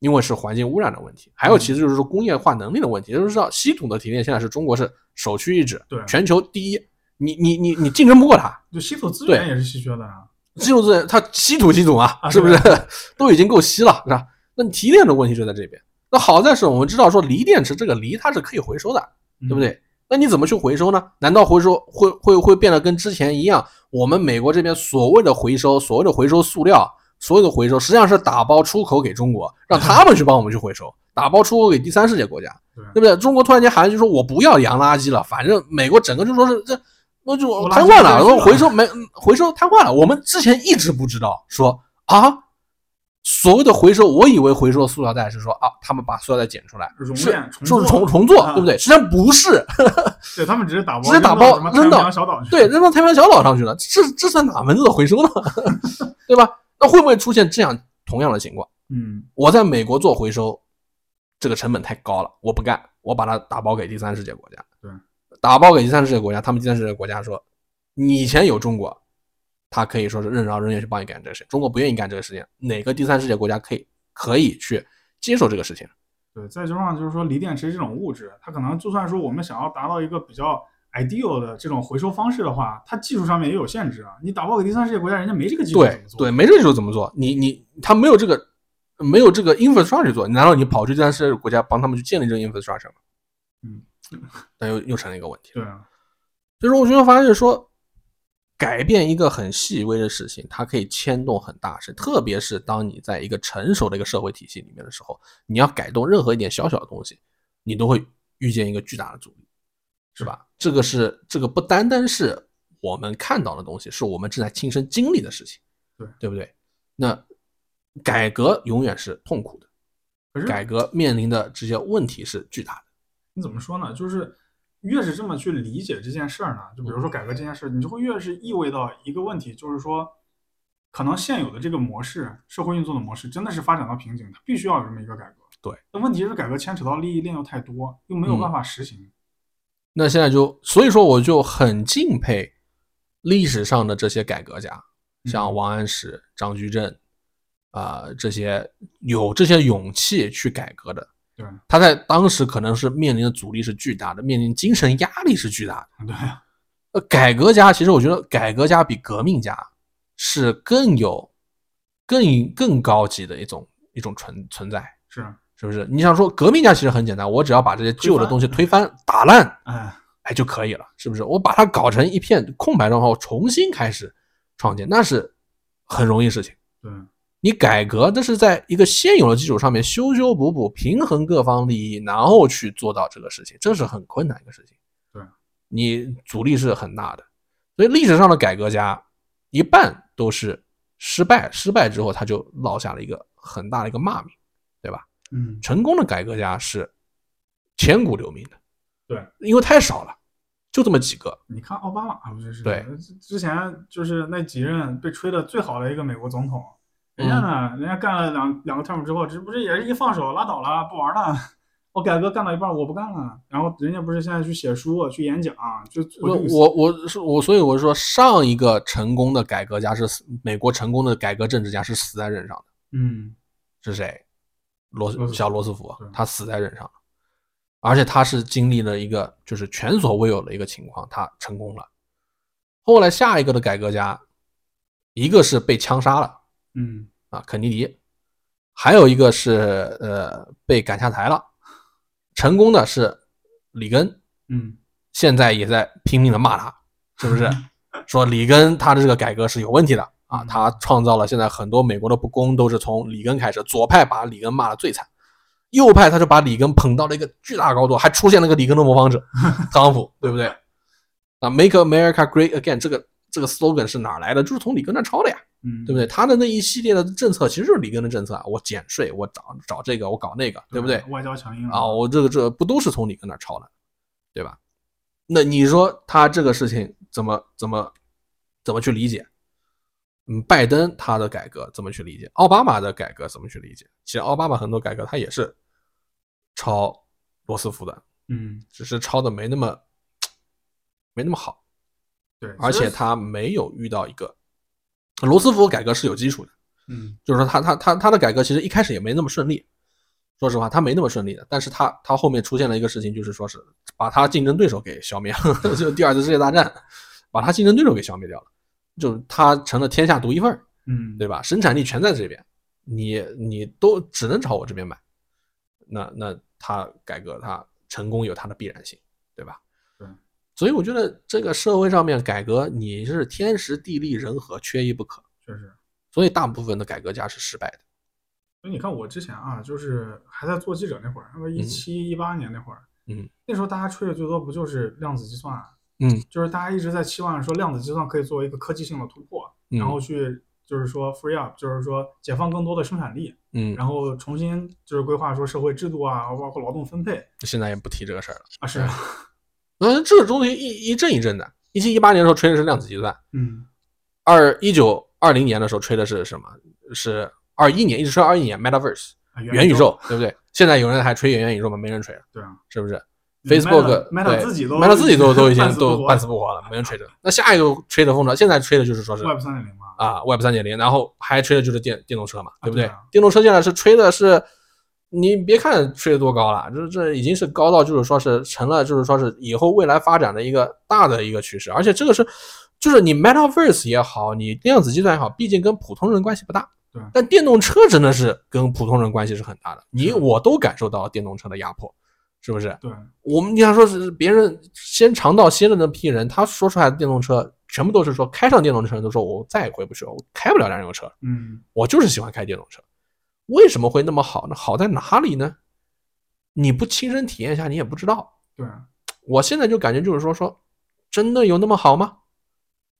Speaker 1: 因为是环境污染的问题，还有
Speaker 2: 嗯
Speaker 1: 其次就是说工业化能力的问题。也就是说，稀土的提炼现在是中国是首屈一指，
Speaker 2: 对
Speaker 1: 全球第一，你你你你竞争不过它。
Speaker 2: 就稀土资
Speaker 1: 对
Speaker 2: 源也是稀缺的啊。
Speaker 1: 稀土资源它稀土稀土啊，
Speaker 2: 啊
Speaker 1: 是不是 都已经够稀了，是吧？那你提炼的问题就在这边。那好在是我们知道说锂电池这个锂它是可以回收的，对不
Speaker 2: 嗯？
Speaker 1: 对？那你怎么去回收呢？难道回收会会会变得跟之前一样？我们美国这边所谓的回收，所谓的回收塑料，所有的回收，实际上是打包出口给中国，让他们去帮我们去回收，打包出口给第三世界国家，
Speaker 2: 对
Speaker 1: 对不对？中国突然间喊一句说我不要洋垃圾了，反正美国整个就说是这。那就
Speaker 2: 我垃
Speaker 1: 瘫
Speaker 2: 圾
Speaker 1: 痪了，
Speaker 2: 不
Speaker 1: 说
Speaker 2: 回收
Speaker 1: 回收没嗯回收瘫痪了。我们之前一直不知道，说啊，所谓的回收，我以为回收塑料袋是说啊，他们把塑料袋捡出来，
Speaker 2: 熔
Speaker 1: 是
Speaker 2: 炼重
Speaker 1: 就是
Speaker 2: 做
Speaker 1: 重重做，
Speaker 2: 啊
Speaker 1: 对不对？实际上不是，
Speaker 2: 对他们只是打包，
Speaker 1: 只是打包
Speaker 2: 什么
Speaker 1: 扔到
Speaker 2: 太平洋小岛去。
Speaker 1: 对，扔到太平洋小岛上去了，这这算哪门子的回收呢？ 对吧？那会不会出现这样同样的情况？
Speaker 2: 嗯，
Speaker 1: 我在美国做回收，这个成本太高了，我不干，我把它打包给第三世界国家。
Speaker 2: 对，
Speaker 1: 打包给第三世界国家，他们第三世界国家说，你以前有中国，他可以说是任劳任怨去帮你干这个事，中国不愿意干这个事情，哪个第三世界国家可以可以去接受这个事情？
Speaker 2: 对。再加上就是说，锂电池这种物质，它可能就算说我们想要达到一个比较 ideal 的这种回收方式的话，它技术上面也有限制啊。你打包给第三世界国家，人家没这个技术怎
Speaker 1: 对
Speaker 2: 么做？
Speaker 1: 对，没这个时候怎么做？你你他没有这个没有这个 infrastructure 做，难道你跑去第三世界国家帮他们去建立这个 infrastructure 吗？
Speaker 2: 嗯，
Speaker 1: 那又又成了一个问题。
Speaker 2: 对啊，
Speaker 1: 所以说，我觉得发现说，改变一个很细微的事情，它可以牵动很大事，特别是当你在一个成熟的一个社会体系里面的时候，你要改动任何一点小小的东西，你都会遇见一个巨大的阻力，是吧？这个是这个不单单是我们看到的东西，是我们正在亲身经历的事情，
Speaker 2: 对
Speaker 1: 对不对？那改革永远是痛苦的，
Speaker 2: 可是
Speaker 1: 改革面临的这些问题是巨大的。
Speaker 2: 你怎么说呢？就是越是这么去理解这件事儿呢，就比如说改革这件事儿，你就会越是意味到一个问题，就是说，可能现有的这个模式，社会运作的模式，真的是发展到瓶颈，它必须要有这么一个改革。
Speaker 1: 对，
Speaker 2: 但问题是改革牵扯到利益链又太多，又没有办法实行。
Speaker 1: 那现在就，所以说我就很敬佩历史上的这些改革家，
Speaker 2: 嗯
Speaker 1: 像王安石、张居正啊、这些有这些勇气去改革的，
Speaker 2: 对
Speaker 1: 他在当时可能是面临的阻力是巨大的，面临精神压力是巨大的。
Speaker 2: 对啊，
Speaker 1: 呃，改革家其实我觉得改革家比革命家是更有更更高级的一种一种存存在，
Speaker 2: 是，啊
Speaker 1: 是不是？你想说革命家其实很简单，我只要把这些旧的
Speaker 2: 翻
Speaker 1: 东西推翻、打烂，
Speaker 2: 哎，
Speaker 1: 哎就可以了，是不是？我把它搞成一片空白状态，我重新开始创建，那是很容易的事情。
Speaker 2: 对，
Speaker 1: 你改革，那是在一个现有的基础上面修修补补，平衡各方利益，然后去做到这个事情，这是很困难一个事情。
Speaker 2: 对，
Speaker 1: 你阻力是很大的，所以历史上的改革家一半都是失败，失败之后他就落下了一个很大的一个骂名，对吧？
Speaker 2: 嗯，
Speaker 1: 成功的改革家是千古留名的，
Speaker 2: 对，
Speaker 1: 因为太少了，就这么几个。
Speaker 2: 你看奥巴马不就是？
Speaker 1: 对，
Speaker 2: 之前就是那几任被吹的最好的一个美国总统，
Speaker 1: 嗯
Speaker 2: 人家呢，人家干了两两个 term 之后，这不是也是一放手拉倒了，不玩了。我改革干到一半，我不干了。然后人家不是现在去写书、去演讲，就
Speaker 1: 我我我是我，所以我是说，上一个成功的改革家是死美国成功的改革政治家是死在任上的，
Speaker 2: 嗯，
Speaker 1: 是谁？罗
Speaker 2: 罗斯福
Speaker 1: 小罗斯福
Speaker 2: 对，
Speaker 1: 他死在任上了，而且他是经历了一个就是前所未有的一个情况，他成功了。后来下一个的改革家，一个是被枪杀了
Speaker 2: 嗯
Speaker 1: 啊，肯尼迪，还有一个是呃被赶下台了，成功的是里根，
Speaker 2: 嗯，
Speaker 1: 现在也在拼命的骂他，是不是？ 说里根他的这个改革是有问题的啊，他创造了现在很多美国的不公都是从里根开始，左派把里根骂得最惨，右派他就把里根捧到了一个巨大高度，还出现了个里根的模仿者特朗普，对不对？啊，Make America Great Again 这个这个 slogan 是哪来的？就是从里根那抄的呀。
Speaker 2: 嗯，
Speaker 1: 对不对？他的那一系列的政策其实就是里根的政策啊，我减税，我找找这个，我搞那个，对不对？
Speaker 2: 外交强硬
Speaker 1: 啊，我这个这个不都是从里根那抄的，对吧？那你说他这个事情怎么怎么怎么去理解？嗯，拜登他的改革怎么去理解？奥巴马的改革怎么去理解？其实奥巴马很多改革他也是抄罗斯福的，
Speaker 2: 嗯，
Speaker 1: 只是抄的没那么没那么好。
Speaker 2: 对，
Speaker 1: 而
Speaker 2: 其
Speaker 1: 且
Speaker 2: 实
Speaker 1: 他没有遇到一个罗斯福改革是有基础的，
Speaker 2: 嗯
Speaker 1: 就是说他他他他的改革其实一开始也没那么顺利，说实话他没那么顺利的，但是他他后面出现了一个事情，就是说是把他竞争对手给消灭了， 就第二次世界大战把他竞争对手给消灭掉了，就是他成了天下独一份儿，
Speaker 2: 嗯，
Speaker 1: 对吧？生产力全在这边，你你都只能朝我这边买，那那他改革他成功有他的必然性，对吧？
Speaker 2: 对。
Speaker 1: 所以我觉得这个社会上面改革，你是天时地利人和缺一不可，
Speaker 2: 确实。
Speaker 1: 所以大部分的改革家是失败的。
Speaker 2: 所以你看，我之前啊，就是还在做记者那会儿，那么一七一八年那会儿，
Speaker 1: 嗯，
Speaker 2: 那时候大家吹的最多不就是量子计算啊，
Speaker 1: 嗯
Speaker 2: 就是大家一直在期望说量子计算可以作为一个科技性的突破，
Speaker 1: 嗯
Speaker 2: 然后去就是说 free up，就是说解放更多的生产力，
Speaker 1: 嗯，
Speaker 2: 然后重新就是规划说社会制度啊，包括劳动分配
Speaker 1: 现在也不提这个事儿了。
Speaker 2: 啊，是，
Speaker 1: 嗯，这个东西一一阵一阵的，一七一八年的时候吹的是量子计算，
Speaker 2: 嗯，
Speaker 1: 二一九二零年的时候吹的是什么？是二一年，一直吹二一年 Metaverse
Speaker 2: 啊
Speaker 1: 元宇
Speaker 2: 宇
Speaker 1: 宙，对不对？现在有人还吹元宇宙吗？没人吹了。
Speaker 2: 对啊
Speaker 1: 是不是
Speaker 2: 嗯
Speaker 1: ？Facebook
Speaker 2: Meta- Meta
Speaker 1: 对
Speaker 2: 自己都
Speaker 1: Meta 自己都都已经
Speaker 2: 半死不
Speaker 1: 都
Speaker 2: 活
Speaker 1: 半死不活了，没人吹这。那下一个吹的风潮，现在吹的就是说是
Speaker 2: ，Web 三点零嘛，
Speaker 1: 啊 Web 三点零，然后还吹的就是电电动车嘛，对不对？
Speaker 2: 对啊
Speaker 1: 电动车现在是吹的是，你别看吹的多高了，这这已经是高到就是说是成了就是说是以后未来发展的一个大的一个趋势，而且这个是就是你 Metaverse 也好，你量子计算也好，毕竟跟普通人关系不大
Speaker 2: 对。
Speaker 1: 但电动车真的是跟普通人关系是很大的，你
Speaker 2: 是
Speaker 1: 我都感受到了电动车的压迫，是不是？
Speaker 2: 对，
Speaker 1: 我们你想说是别人先尝到鲜的那批人，他说出来的电动车全部都是说开上电动车人都说我再也回不去了，我开不了燃油车了，
Speaker 2: 嗯，
Speaker 1: 我就是喜欢开电动车。为什么会那么好呢？好在哪里呢？你不亲身体验一下，你也不知道。
Speaker 2: 对，
Speaker 1: 我现在就感觉就是说说，真的有那么好吗？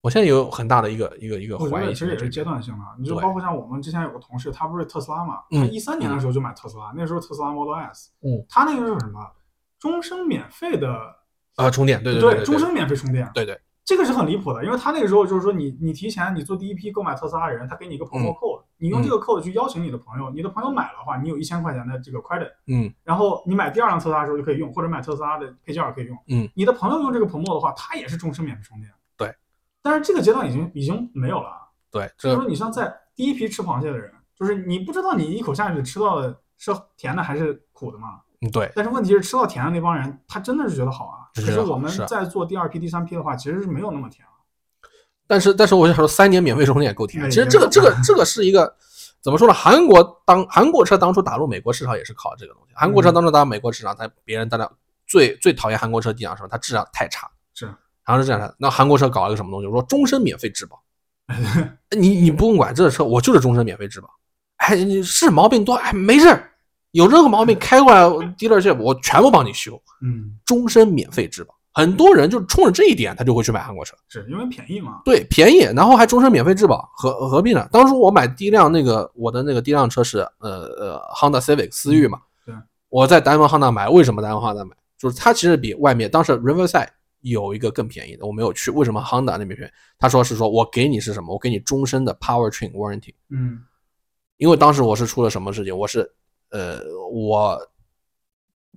Speaker 1: 我现在有很大的一个一个一个
Speaker 2: 我觉
Speaker 1: 怀
Speaker 2: 得
Speaker 1: 疑。
Speaker 2: 其实也是阶段性的，啊你就
Speaker 1: 对
Speaker 2: 包括像我们之前有个同事，他不是特斯拉嘛，
Speaker 1: 嗯
Speaker 2: 他一三年的时候就买特斯拉，那时候特斯拉 Model S，
Speaker 1: 嗯，
Speaker 2: 他那个是什么？终身免费的，
Speaker 1: 啊，充电，对对对，
Speaker 2: 终身免费充电，
Speaker 1: 对对，
Speaker 2: 这个是很离谱的，因为他那个时候就是说你你提前你做第一批购买特斯拉的人，他给你一个朋
Speaker 1: 嗯
Speaker 2: 友 code，、你用这个 code 去邀请你的朋友，你的朋友买了的话，你有一千块钱的这个 credit，
Speaker 1: 嗯
Speaker 2: 然后你买第二辆特斯拉的时候就可以用，或者买特斯拉的配件儿可以用。
Speaker 1: 嗯，
Speaker 2: 你的朋友用这个 promo 的话，他也是终身免费充电。
Speaker 1: 对，
Speaker 2: 但是这个阶段已经已经没有了啊。
Speaker 1: 对，
Speaker 2: 就
Speaker 1: 这
Speaker 2: 是说你像在第一批吃螃蟹的人，就是你不知道你一口下去吃到的是甜的还是苦的嘛。
Speaker 1: 嗯对，
Speaker 2: 但是问题是吃到甜的那帮人，他真的是觉得好啊。
Speaker 1: 是
Speaker 2: 可
Speaker 1: 觉得
Speaker 2: 是
Speaker 1: 好
Speaker 2: 我们
Speaker 1: 是啊
Speaker 2: 在做第二批、第三批的话，其实是没有那么甜了。啊
Speaker 1: 但是但是我想说，三年免费充电也够甜。
Speaker 2: 对
Speaker 1: 其实这个
Speaker 2: 也
Speaker 1: 这
Speaker 2: 够
Speaker 1: 个这个是一个怎么说呢？韩国当韩国车当初打入美国市场也是靠这个东西。韩
Speaker 2: 嗯
Speaker 1: 国车当初打入美国市场，它别人大家最最讨厌韩国车地上什么？它质量太差，
Speaker 2: 是
Speaker 1: 然后是这样的。那韩国车搞了个什么东西？我说终身免费质 保，你你不用管这车，我就是终身免费质保。哎，你是毛病多，哎，没事儿，有任何毛病开过来 dealership，我全部帮你修，
Speaker 2: 嗯，
Speaker 1: 终身免费质保。很多人就冲着这一点，他就会去买韩国车。
Speaker 2: 是因为便宜嘛。
Speaker 1: 对，便宜，然后还终身免费质保，何何必呢？当初我买第一辆那个我的那个第一辆车是呃呃 Honda Civic 思域嘛，
Speaker 2: 嗯对
Speaker 1: 我在 Diamond Honda 买，为什么 Diamond Honda 买？就是它其实比外面当时 Riverside 有一个更便宜的，我没有去，为什么 Honda 那边便宜？他说是说我给你是什么？我给你终身的 Powertrain warranty，
Speaker 2: 嗯
Speaker 1: 因为当时我是出了什么事情？我是呃我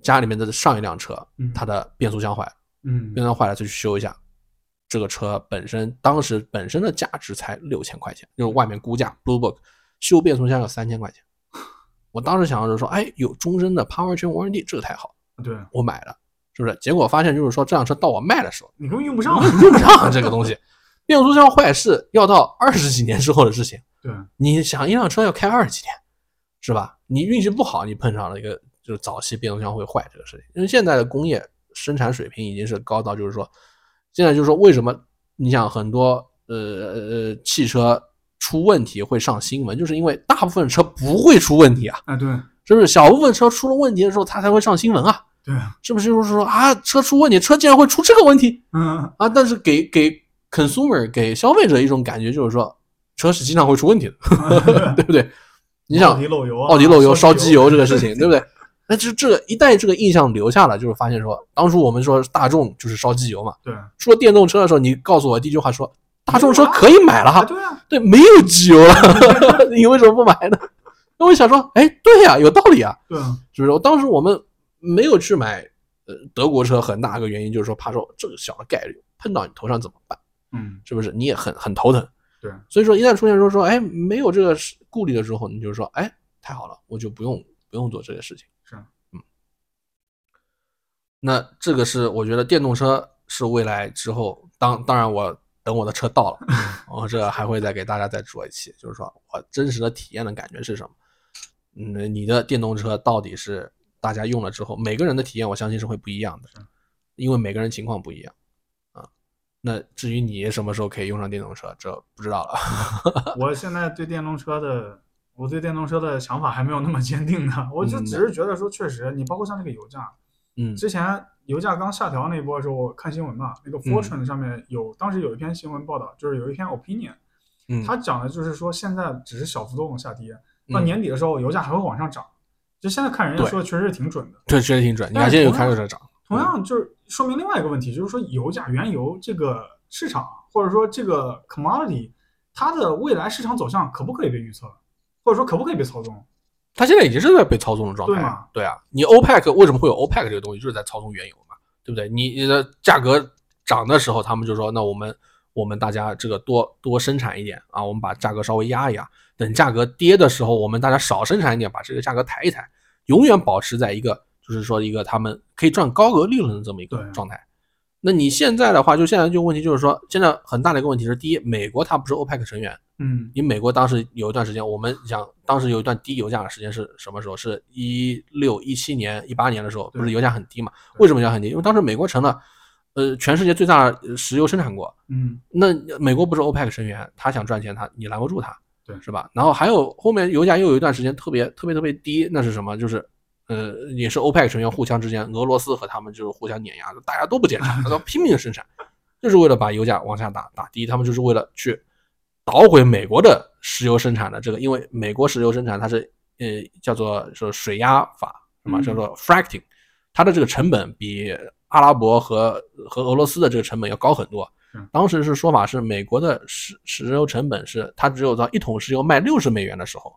Speaker 1: 家里面的上一辆车
Speaker 2: 嗯，
Speaker 1: 它的变速箱坏了。
Speaker 2: 嗯
Speaker 1: 变速箱坏了就去修一下。这个车本身当时本身的价值才六千块钱，就是外面估价 Blue Book 修变速箱要三千块钱。我当时想的就是说，哎，有终身的 Powertrain warranty，这个太好了，
Speaker 2: 对，
Speaker 1: 我买了，是不是？结果发现就是说，这辆车到我卖的时候
Speaker 2: 你根本用不上。啊
Speaker 1: 用不上这个东西，变速箱坏是要到二十几年之后的事情。
Speaker 2: 对，
Speaker 1: 你想一辆车要开二十几年，是吧？你运气不好，你碰上了一个就是早期变速箱会坏这个事情。因为现在的工业生产水平已经是高到，就是说，现在就是说为什么你想很多呃呃汽车出问题会上新闻，就是因为大部分车不会出问题啊，
Speaker 2: 哎，对
Speaker 1: 是不是？小部分车出了问题的时候，它才会上新闻啊，
Speaker 2: 对，
Speaker 1: 是不是？就是说啊，车出问题，车竟然会出这个问题
Speaker 2: 嗯，
Speaker 1: 啊！但是给给 consumer 给消费者一种感觉就是说，车是经常会出问题的， 对不对？你想
Speaker 2: 奥迪漏油啊，
Speaker 1: 奥迪漏油、烧
Speaker 2: 机
Speaker 1: 机油这个事情，对不对？那就这个一旦这个印象留下了，就是发现说，当初我们说大众就是烧机油嘛，
Speaker 2: 对，
Speaker 1: 说电动车的时候，你告诉我第一句话说，大众车可以买了
Speaker 2: 啊，
Speaker 1: 哈，
Speaker 2: 对啊，
Speaker 1: 对，没有机油了， 你为什么不买呢？那我想说，哎，对呀、有道理啊，
Speaker 2: 对啊，
Speaker 1: 就是说当时我们没有去买呃德国车，很大一个原因就是说怕说这个小的概率碰到你头上怎么办，
Speaker 2: 嗯，
Speaker 1: 是不是？你也很很头疼。
Speaker 2: 对，
Speaker 1: 所以说一旦出现说说，哎，没有这个是顾虑的时候，你就说，哎，太好了，我就不用不用做这些事情。
Speaker 2: 是，啊
Speaker 1: 嗯。那这个是我觉得电动车是未来之后，当当然我等我的车到了， 我这还会再给大家再做一期，就是说我真实的体验的感觉是什么。嗯，你的电动车到底是大家用了之后，每个人的体验我相信是会不一样的，
Speaker 2: 啊
Speaker 1: 因为每个人情况不一样。那至于你什么时候可以用上电动车，这不知道了。
Speaker 2: 我现在对电动车的，我对电动车的想法还没有那么坚定呢。我就
Speaker 1: 嗯
Speaker 2: 只是觉得说，确实，你包括像这个油价，
Speaker 1: 嗯
Speaker 2: 之前油价刚下调那一波的时候，我看新闻嘛，那个
Speaker 1: 嗯
Speaker 2: Fortune 上面有，当时有一篇新闻报道，就是有一篇 opinion，
Speaker 1: 嗯，
Speaker 2: 它讲的就是说现在只是小幅度往下跌，
Speaker 1: 嗯
Speaker 2: 到年底的时候油价还会往上涨。就现在看人家
Speaker 1: 对嗯
Speaker 2: 说，确实是挺准的。
Speaker 1: 对，确实挺准。你
Speaker 2: 但
Speaker 1: 看
Speaker 2: 是
Speaker 1: 现在又
Speaker 2: 同
Speaker 1: 开
Speaker 2: 样
Speaker 1: 始涨，
Speaker 2: 同样就是说明另外一个问题，就是说油价、原油这个市场，或者说这个 commodity，它的未来市场走向可不可以被预测，或者说可不可以被操纵？
Speaker 1: 它现在已经是在被操纵的状
Speaker 2: 对
Speaker 1: 态
Speaker 2: 嘛
Speaker 1: 了。对啊，你 OPEC 为什么会有 OPEC 这个东西，就是在操纵原油嘛，对不对？你你的价格涨的时候，他们就说，那我们我们大家这个多多生产一点啊，我们把价格稍微压一压。等价格跌的时候，我们大家少生产一点，把这个价格抬一抬，永远保持在一个就是说一个他们可以赚高额利润的这么一个
Speaker 2: 对啊
Speaker 1: 状态。那你现在的话，就现在就问题就是说，现在很大的一个问题是，第一，美国它不是 OPEC 成员，
Speaker 2: 嗯，
Speaker 1: 你美国当时有一段时间，我们讲当时有一段低油价的时间是什么时候？是一六一七年、一八年的时候，
Speaker 2: 对
Speaker 1: 不是油价很低嘛？
Speaker 2: 对
Speaker 1: 为什么油价很低？因为当时美国成了，呃，全世界最大的呃石油生产国。
Speaker 2: 嗯，
Speaker 1: 那美国不是 OPEC 成员，他想赚钱，他你拦不住他，
Speaker 2: 对
Speaker 1: 是吧？然后还有后面油价又有一段时间特别特别特别低，那是什么？就是呃，也是 OPEC 成员互相之间，俄罗斯和他们就是互相碾压，大家都不减产，大家拼命生产，就是为了把油价往下打打低，他们就是为了去捣毁美国的石油生产的这个，因为美国石油生产它是呃叫做说水压法，什么
Speaker 2: 嗯
Speaker 1: 叫做 fracking，它的这个成本比阿拉伯和和俄罗斯的这个成本要高很多。当时是说法是美国的石石油成本是它只有到一桶石油卖六十美元的时候，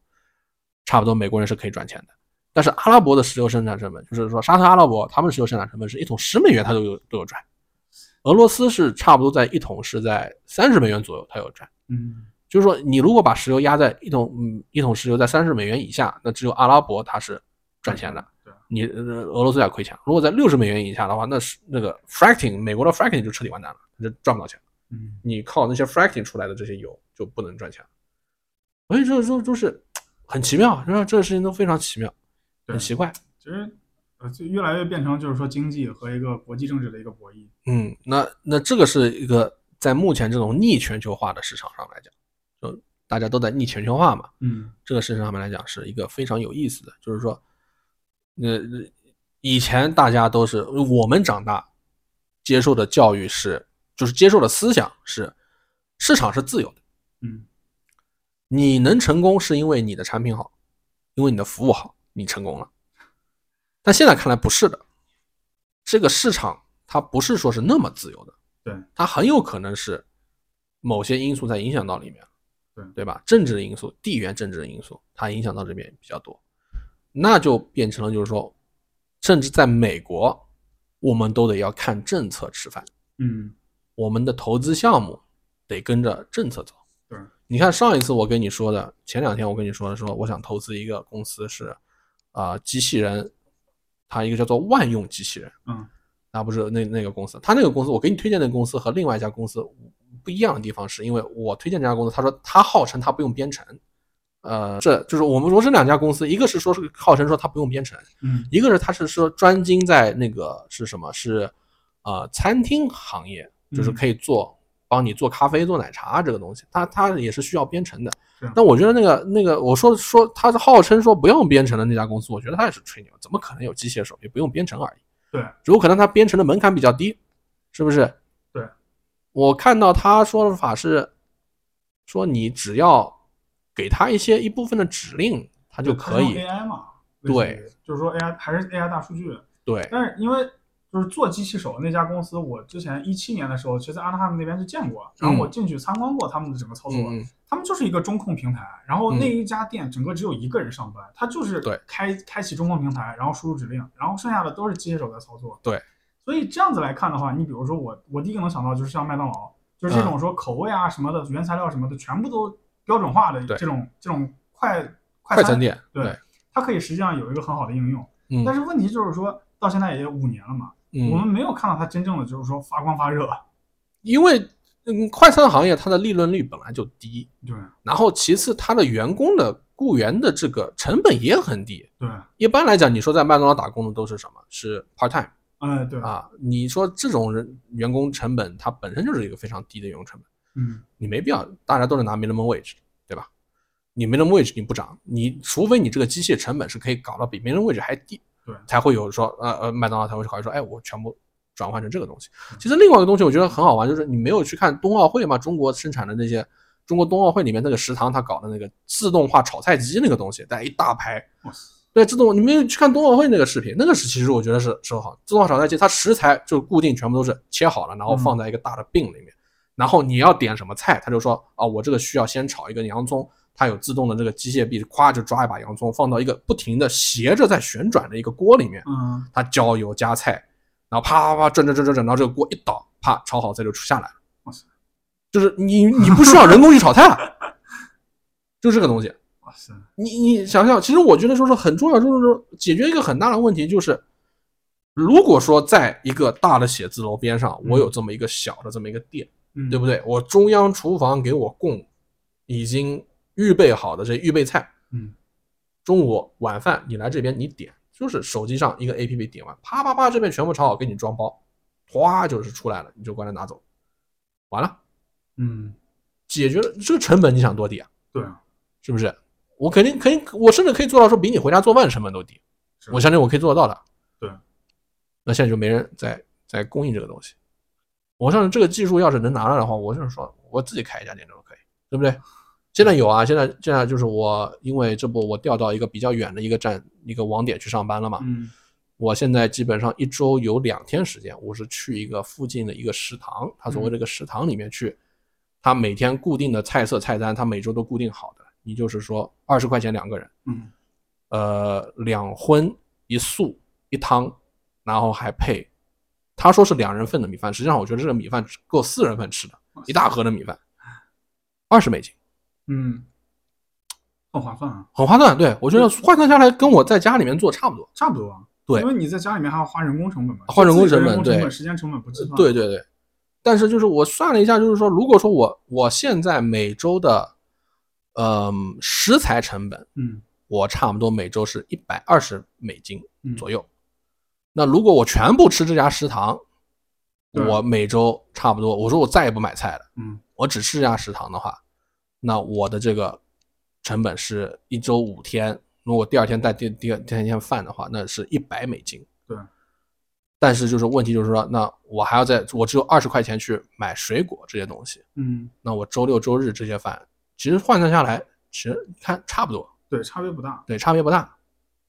Speaker 1: 差不多美国人是可以赚钱的。但是阿拉伯的石油生产成本，就是说沙特阿拉伯他们石油生产成本是一桶十美元，它都有都有赚。俄罗斯是差不多在一桶是在三十美元左右，它有赚。
Speaker 2: 嗯，
Speaker 1: 就是说，你如果把石油压在一桶嗯一桶石油在三十美元以下，那只有阿拉伯它是赚钱的，
Speaker 2: 对，
Speaker 1: 你呃俄罗斯在亏钱。如果在六十美元以下的话，那是那个 fracking 美国的 fracking 就彻底完蛋了，就赚不到钱。
Speaker 2: 嗯，
Speaker 1: 你靠那些 fracking 出来的这些油就不能赚钱。所以这就就是很奇妙，啊是吧？这个事情都非常奇妙，
Speaker 2: 对
Speaker 1: 很，奇怪。
Speaker 2: 其实呃，就越来越变成就是说经济和一个国际政治的一个博弈。
Speaker 1: 嗯，那那这个是一个在目前这种逆全球化的市场上来讲，就大家都在逆全球化嘛，
Speaker 2: 嗯，
Speaker 1: 这个事情上面来讲是一个非常有意思的，就是说，呃，以前大家都是我们长大接受的教育是，就是接受的思想是，市场是自由的，
Speaker 2: 嗯，
Speaker 1: 你能成功是因为你的产品好，因为你的服务好，你成功了。但现在看来不是的，这个市场它不是说是那么自由的，
Speaker 2: 对，
Speaker 1: 它很有可能是某些因素在影响到里面，
Speaker 2: 对
Speaker 1: 对吧？政治因素、地缘政治因素，它影响到这边比较多，那就变成了就是说，甚至在美国，我们都得要看政策吃饭，
Speaker 2: 嗯，
Speaker 1: 我们的投资项目得跟着政策走。
Speaker 2: 对，
Speaker 1: 你看上一次我跟你说的，前两天我跟你说的，说我想投资一个公司是，啊、机器人，它一个叫做万用机器人，
Speaker 2: 嗯，
Speaker 1: 那不是那那个公司，它那个公司我给你推荐的公司和另外一家公司不一样的地方，是因为我推荐这家公司，他说他号称他不用编程，呃，这就是我们说这两家公司，一个是说是号称说他不用编程，
Speaker 2: 嗯，
Speaker 1: 一个是他是说专精在那个是什么是呃餐厅行业，就是
Speaker 2: 嗯
Speaker 1: 可以做帮你做咖啡、做奶茶这个东西，它它也是需要编程的
Speaker 2: 是。啊
Speaker 1: 但我觉得那个那个，我说说它是号称说不用编程的那家公司，我觉得它也是吹牛，怎么可能有机械手也不用编程而已？
Speaker 2: 对，
Speaker 1: 只有可能它编程的门槛比较低，是不是？
Speaker 2: 对，
Speaker 1: 我看到他说法是说你只要给他一些一部分的指令，他就可
Speaker 2: 它
Speaker 1: 以
Speaker 2: 用 AI 嘛，
Speaker 1: 对
Speaker 2: 类似于，就是说 AI 还是 AI 大数据，
Speaker 1: 对
Speaker 2: 但是因为就是做机器手那家公司，我之前一七年的时候，其实在阿纳哈姆那边就见过，然后我进去参观过他们的整个操作，
Speaker 1: 嗯嗯
Speaker 2: 他们就是一个中控平台，然后那一家店整个只有一个人上班，他就是
Speaker 1: 对
Speaker 2: 开开启中控平台，然后输入指令，然后剩下的都是机械手在操作。
Speaker 1: 对，
Speaker 2: 所以这样子来看的话，你比如说我，我第一个能想到就是像麦当劳，就是这种说口味啊什么的、原材料什么的，全部都标准化的
Speaker 1: 对
Speaker 2: 这种这种快
Speaker 1: 快
Speaker 2: 快餐
Speaker 1: 餐店
Speaker 2: 对它可以实际上有一个很好的应用。
Speaker 1: 嗯
Speaker 2: 但是问题就是说到现在也有五年了嘛，我们
Speaker 1: 嗯，
Speaker 2: 没有看到它真正的就是说发光发热。
Speaker 1: 因为嗯快餐行业它的利润率本来就低，
Speaker 2: 对
Speaker 1: 然后其次它的员工的雇员的这个成本也很低。
Speaker 2: 对，
Speaker 1: 一般来讲，你说在麦当劳打工的都是什么？是 part time
Speaker 2: 嗯对，
Speaker 1: 啊？你说这种人员工成本，它本身就是一个非常低的员工成本。
Speaker 2: 嗯
Speaker 1: 你没必要，大家都是拿 minimum wage，对吧？你 minimum wage 你不涨，你除非你这个机械成本是可以搞到比 minimum wage 还低，
Speaker 2: 对
Speaker 1: 才会有说呃呃麦当劳才会考虑说，哎，我全部转换成这个东西。
Speaker 2: 嗯
Speaker 1: 其实另外一个东西我觉得很好玩，就是你没有去看冬奥会嘛，中国生产的那些。中国冬奥会里面那个食堂，他搞的那个自动化炒菜机那个东西，带一大排
Speaker 2: 哇塞，
Speaker 1: 对自动，你没有去看冬奥会那个视频，那个是其实我觉得是是好。自动化炒菜机它食材就固定，全部都是切好了，然
Speaker 2: 嗯
Speaker 1: 后放在一个大的 bin 里面，然后你要点什么菜，它就说啊，我这个需要先炒一个洋葱，它有自动的这个机械臂，咵就抓一把洋葱放到一个不停的斜着在旋转的一个锅里面，
Speaker 2: 嗯
Speaker 1: 它浇油加菜，然后啪啪啪转转转转转，然后这个锅一倒，啪炒好菜就出下来了
Speaker 2: 哇塞。
Speaker 1: 就是你你不需要人工去炒菜 了，就这个东西。
Speaker 2: 哇塞，
Speaker 1: 你你想想，其实我觉得说是很重要，就是说解决一个很大的问题，就是如果说在一个大的写字楼边上，
Speaker 2: 嗯
Speaker 1: 我有这么一个小的这么一个店，
Speaker 2: 嗯
Speaker 1: 对不对？我中央厨房给我供已经预备好的这预备菜，
Speaker 2: 嗯，
Speaker 1: 中午晚饭你来这边你点，就是手机上一个 APP 点完，啪啪啪这边全部炒好，给你装包，哗就是出来了，你就过来拿走，完了，
Speaker 2: 嗯
Speaker 1: 解决了这个成本你想多低啊？
Speaker 2: 对啊，
Speaker 1: 是不是？我肯定肯定，我甚至可以做到说比你回家做饭成本都低，
Speaker 2: 是啊
Speaker 1: 我相信我可以做得到的。
Speaker 2: 对，
Speaker 1: 那现在就没人在在供应这个东西。我上这个技术要是能拿来的话，我就是说我自己开一家店都可以，对不对？现在有啊，现在现在就是我因为这不我调到一个比较远的一个站一个网点去上班了嘛，
Speaker 2: 嗯
Speaker 1: 我现在基本上一周有两天时间，我是去一个附近的一个食堂，它所谓这个食堂里面去，它每天固定的菜色菜单，它每周都固定好的。你就是说二十块钱两个人，
Speaker 2: 嗯
Speaker 1: 呃，两荤一素一汤，然后还配，他说是两人份的米饭，实际上我觉得这个米饭只够四人份吃的，一大盒的米饭，二十美金，
Speaker 2: 嗯，很划算啊，
Speaker 1: 很划算。对我觉得换算下来跟我在家里面做差不多。
Speaker 2: 差不多啊。
Speaker 1: 对
Speaker 2: 因为你在家里面还要花人工成本嘛，
Speaker 1: 花人工成本
Speaker 2: 自己的人工成
Speaker 1: 对
Speaker 2: 时间成本不计算。
Speaker 1: 对，对对，但是就是我算了一下，就是说，如果说我我现在每周的，嗯、食材成本，
Speaker 2: 嗯
Speaker 1: 我差不多每周是一百二十美金
Speaker 2: 嗯，
Speaker 1: 左右。那如果我全部吃这家食堂，
Speaker 2: 对
Speaker 1: 我每周差不多，我说我再也不买菜了，
Speaker 2: 嗯
Speaker 1: 我只吃这家食堂的话，那我的这个成本是一周五天，如果第二天带第第二第三天饭的话，那是一百美金。
Speaker 2: 对，
Speaker 1: 但是就是问题就是说，那我还要在我只有二十块钱去买水果这些东西，
Speaker 2: 嗯，
Speaker 1: 那我周六周日这些饭，其实换算下来，其实看差不多，
Speaker 2: 对，差别不大。
Speaker 1: 对，差别不大。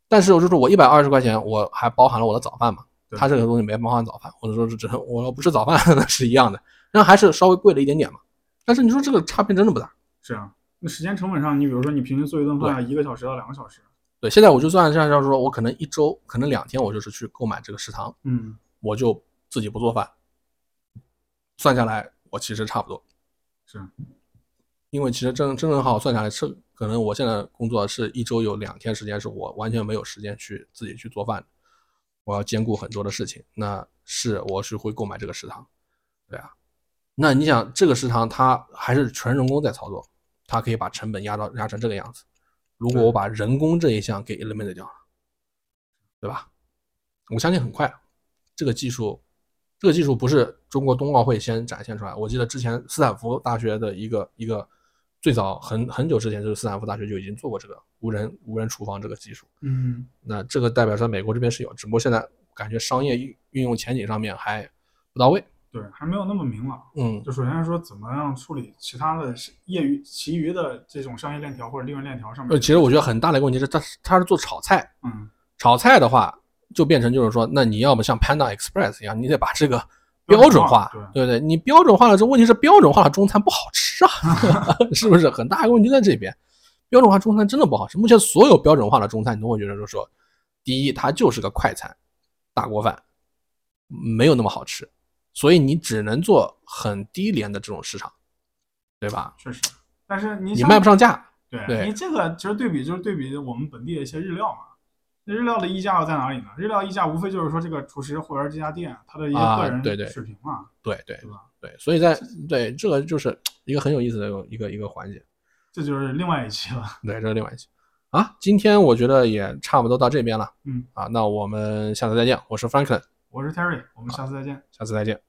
Speaker 1: 但是我就是我一百二十块钱，我还包含了我的早饭嘛，
Speaker 2: 对
Speaker 1: 他这个东西没包含早饭，或者说是只我要不吃早饭 那是一样的，那还是稍微贵了一点点嘛。但是你说这个差别真的不大。
Speaker 2: 是啊，那时间成本上，你比如说你平均做一顿饭一个小时到两个小时，
Speaker 1: 对，现在我就算这样，就是说我可能一周，可能两天，我就是去购买这个食堂，
Speaker 2: 嗯
Speaker 1: 我就自己不做饭，算下来我其实差不多。
Speaker 2: 是，
Speaker 1: 因为其实真真正好算下来是，可能我现在工作是一周有两天时间是我完全没有时间去自己去做饭的，我要兼顾很多的事情。那是我是会购买这个食堂，对啊。那你想，这个食堂它还是全人工在操作，它可以把成本压到压成这个样子。如果我把人工这一项给 eliminate 掉了，啊对吧？我相信很快，这个技术，这个技术不是中国冬奥会先展现出来。我记得之前斯坦福大学的一个一个最早很很久之前，就是斯坦福大学就已经做过这个无人无人厨房这个技术。
Speaker 2: 嗯，
Speaker 1: 那这个代表在美国这边是有，只不过现在感觉商业运运用前景上面还不到位。
Speaker 2: 对，还没有那么明朗。
Speaker 1: 嗯，
Speaker 2: 就首先说怎么样处理其他的业余、其余的这种商业链条或者利润链条上面。
Speaker 1: 呃，其实我觉得很大的一个问题是，它它是做炒菜，
Speaker 2: 嗯，
Speaker 1: 炒菜的话就变成就是说，那你要么像 Panda Express 一样，你得把这个标准化，
Speaker 2: 标准化
Speaker 1: 对不对？你标准化了，这问题是标准化了，中餐不好吃 啊，是不是？很大一个问题在这边，标准化中餐真的不好吃。目前所有标准化的中餐，你都会觉得就是说，第一，它就是个快餐，大锅饭，没有那么好吃，所以你只能做很低廉的这种市场，对吧？
Speaker 2: 确实。但是你
Speaker 1: 你
Speaker 2: 像
Speaker 1: 卖不上价，
Speaker 2: 对
Speaker 1: 对
Speaker 2: 你这个其实对比就是对比我们本地的一些日料嘛。那日料的溢价又在哪里呢？日料溢价无非就是说这个厨师或者这家店他的一些
Speaker 1: 啊
Speaker 2: 个人
Speaker 1: 对对
Speaker 2: 水平嘛，
Speaker 1: 对对
Speaker 2: 对吧？
Speaker 1: 对，所以在对这个就是一个很有意思的一个一个环节。
Speaker 2: 这就是另外一期了。
Speaker 1: 对，这是另外一期啊。今天我觉得也差不多到这边了，
Speaker 2: 嗯
Speaker 1: 啊，那我们下次再见。我是 Franklin，
Speaker 2: 我是 Terry，我们下次再见。
Speaker 1: 下次再见。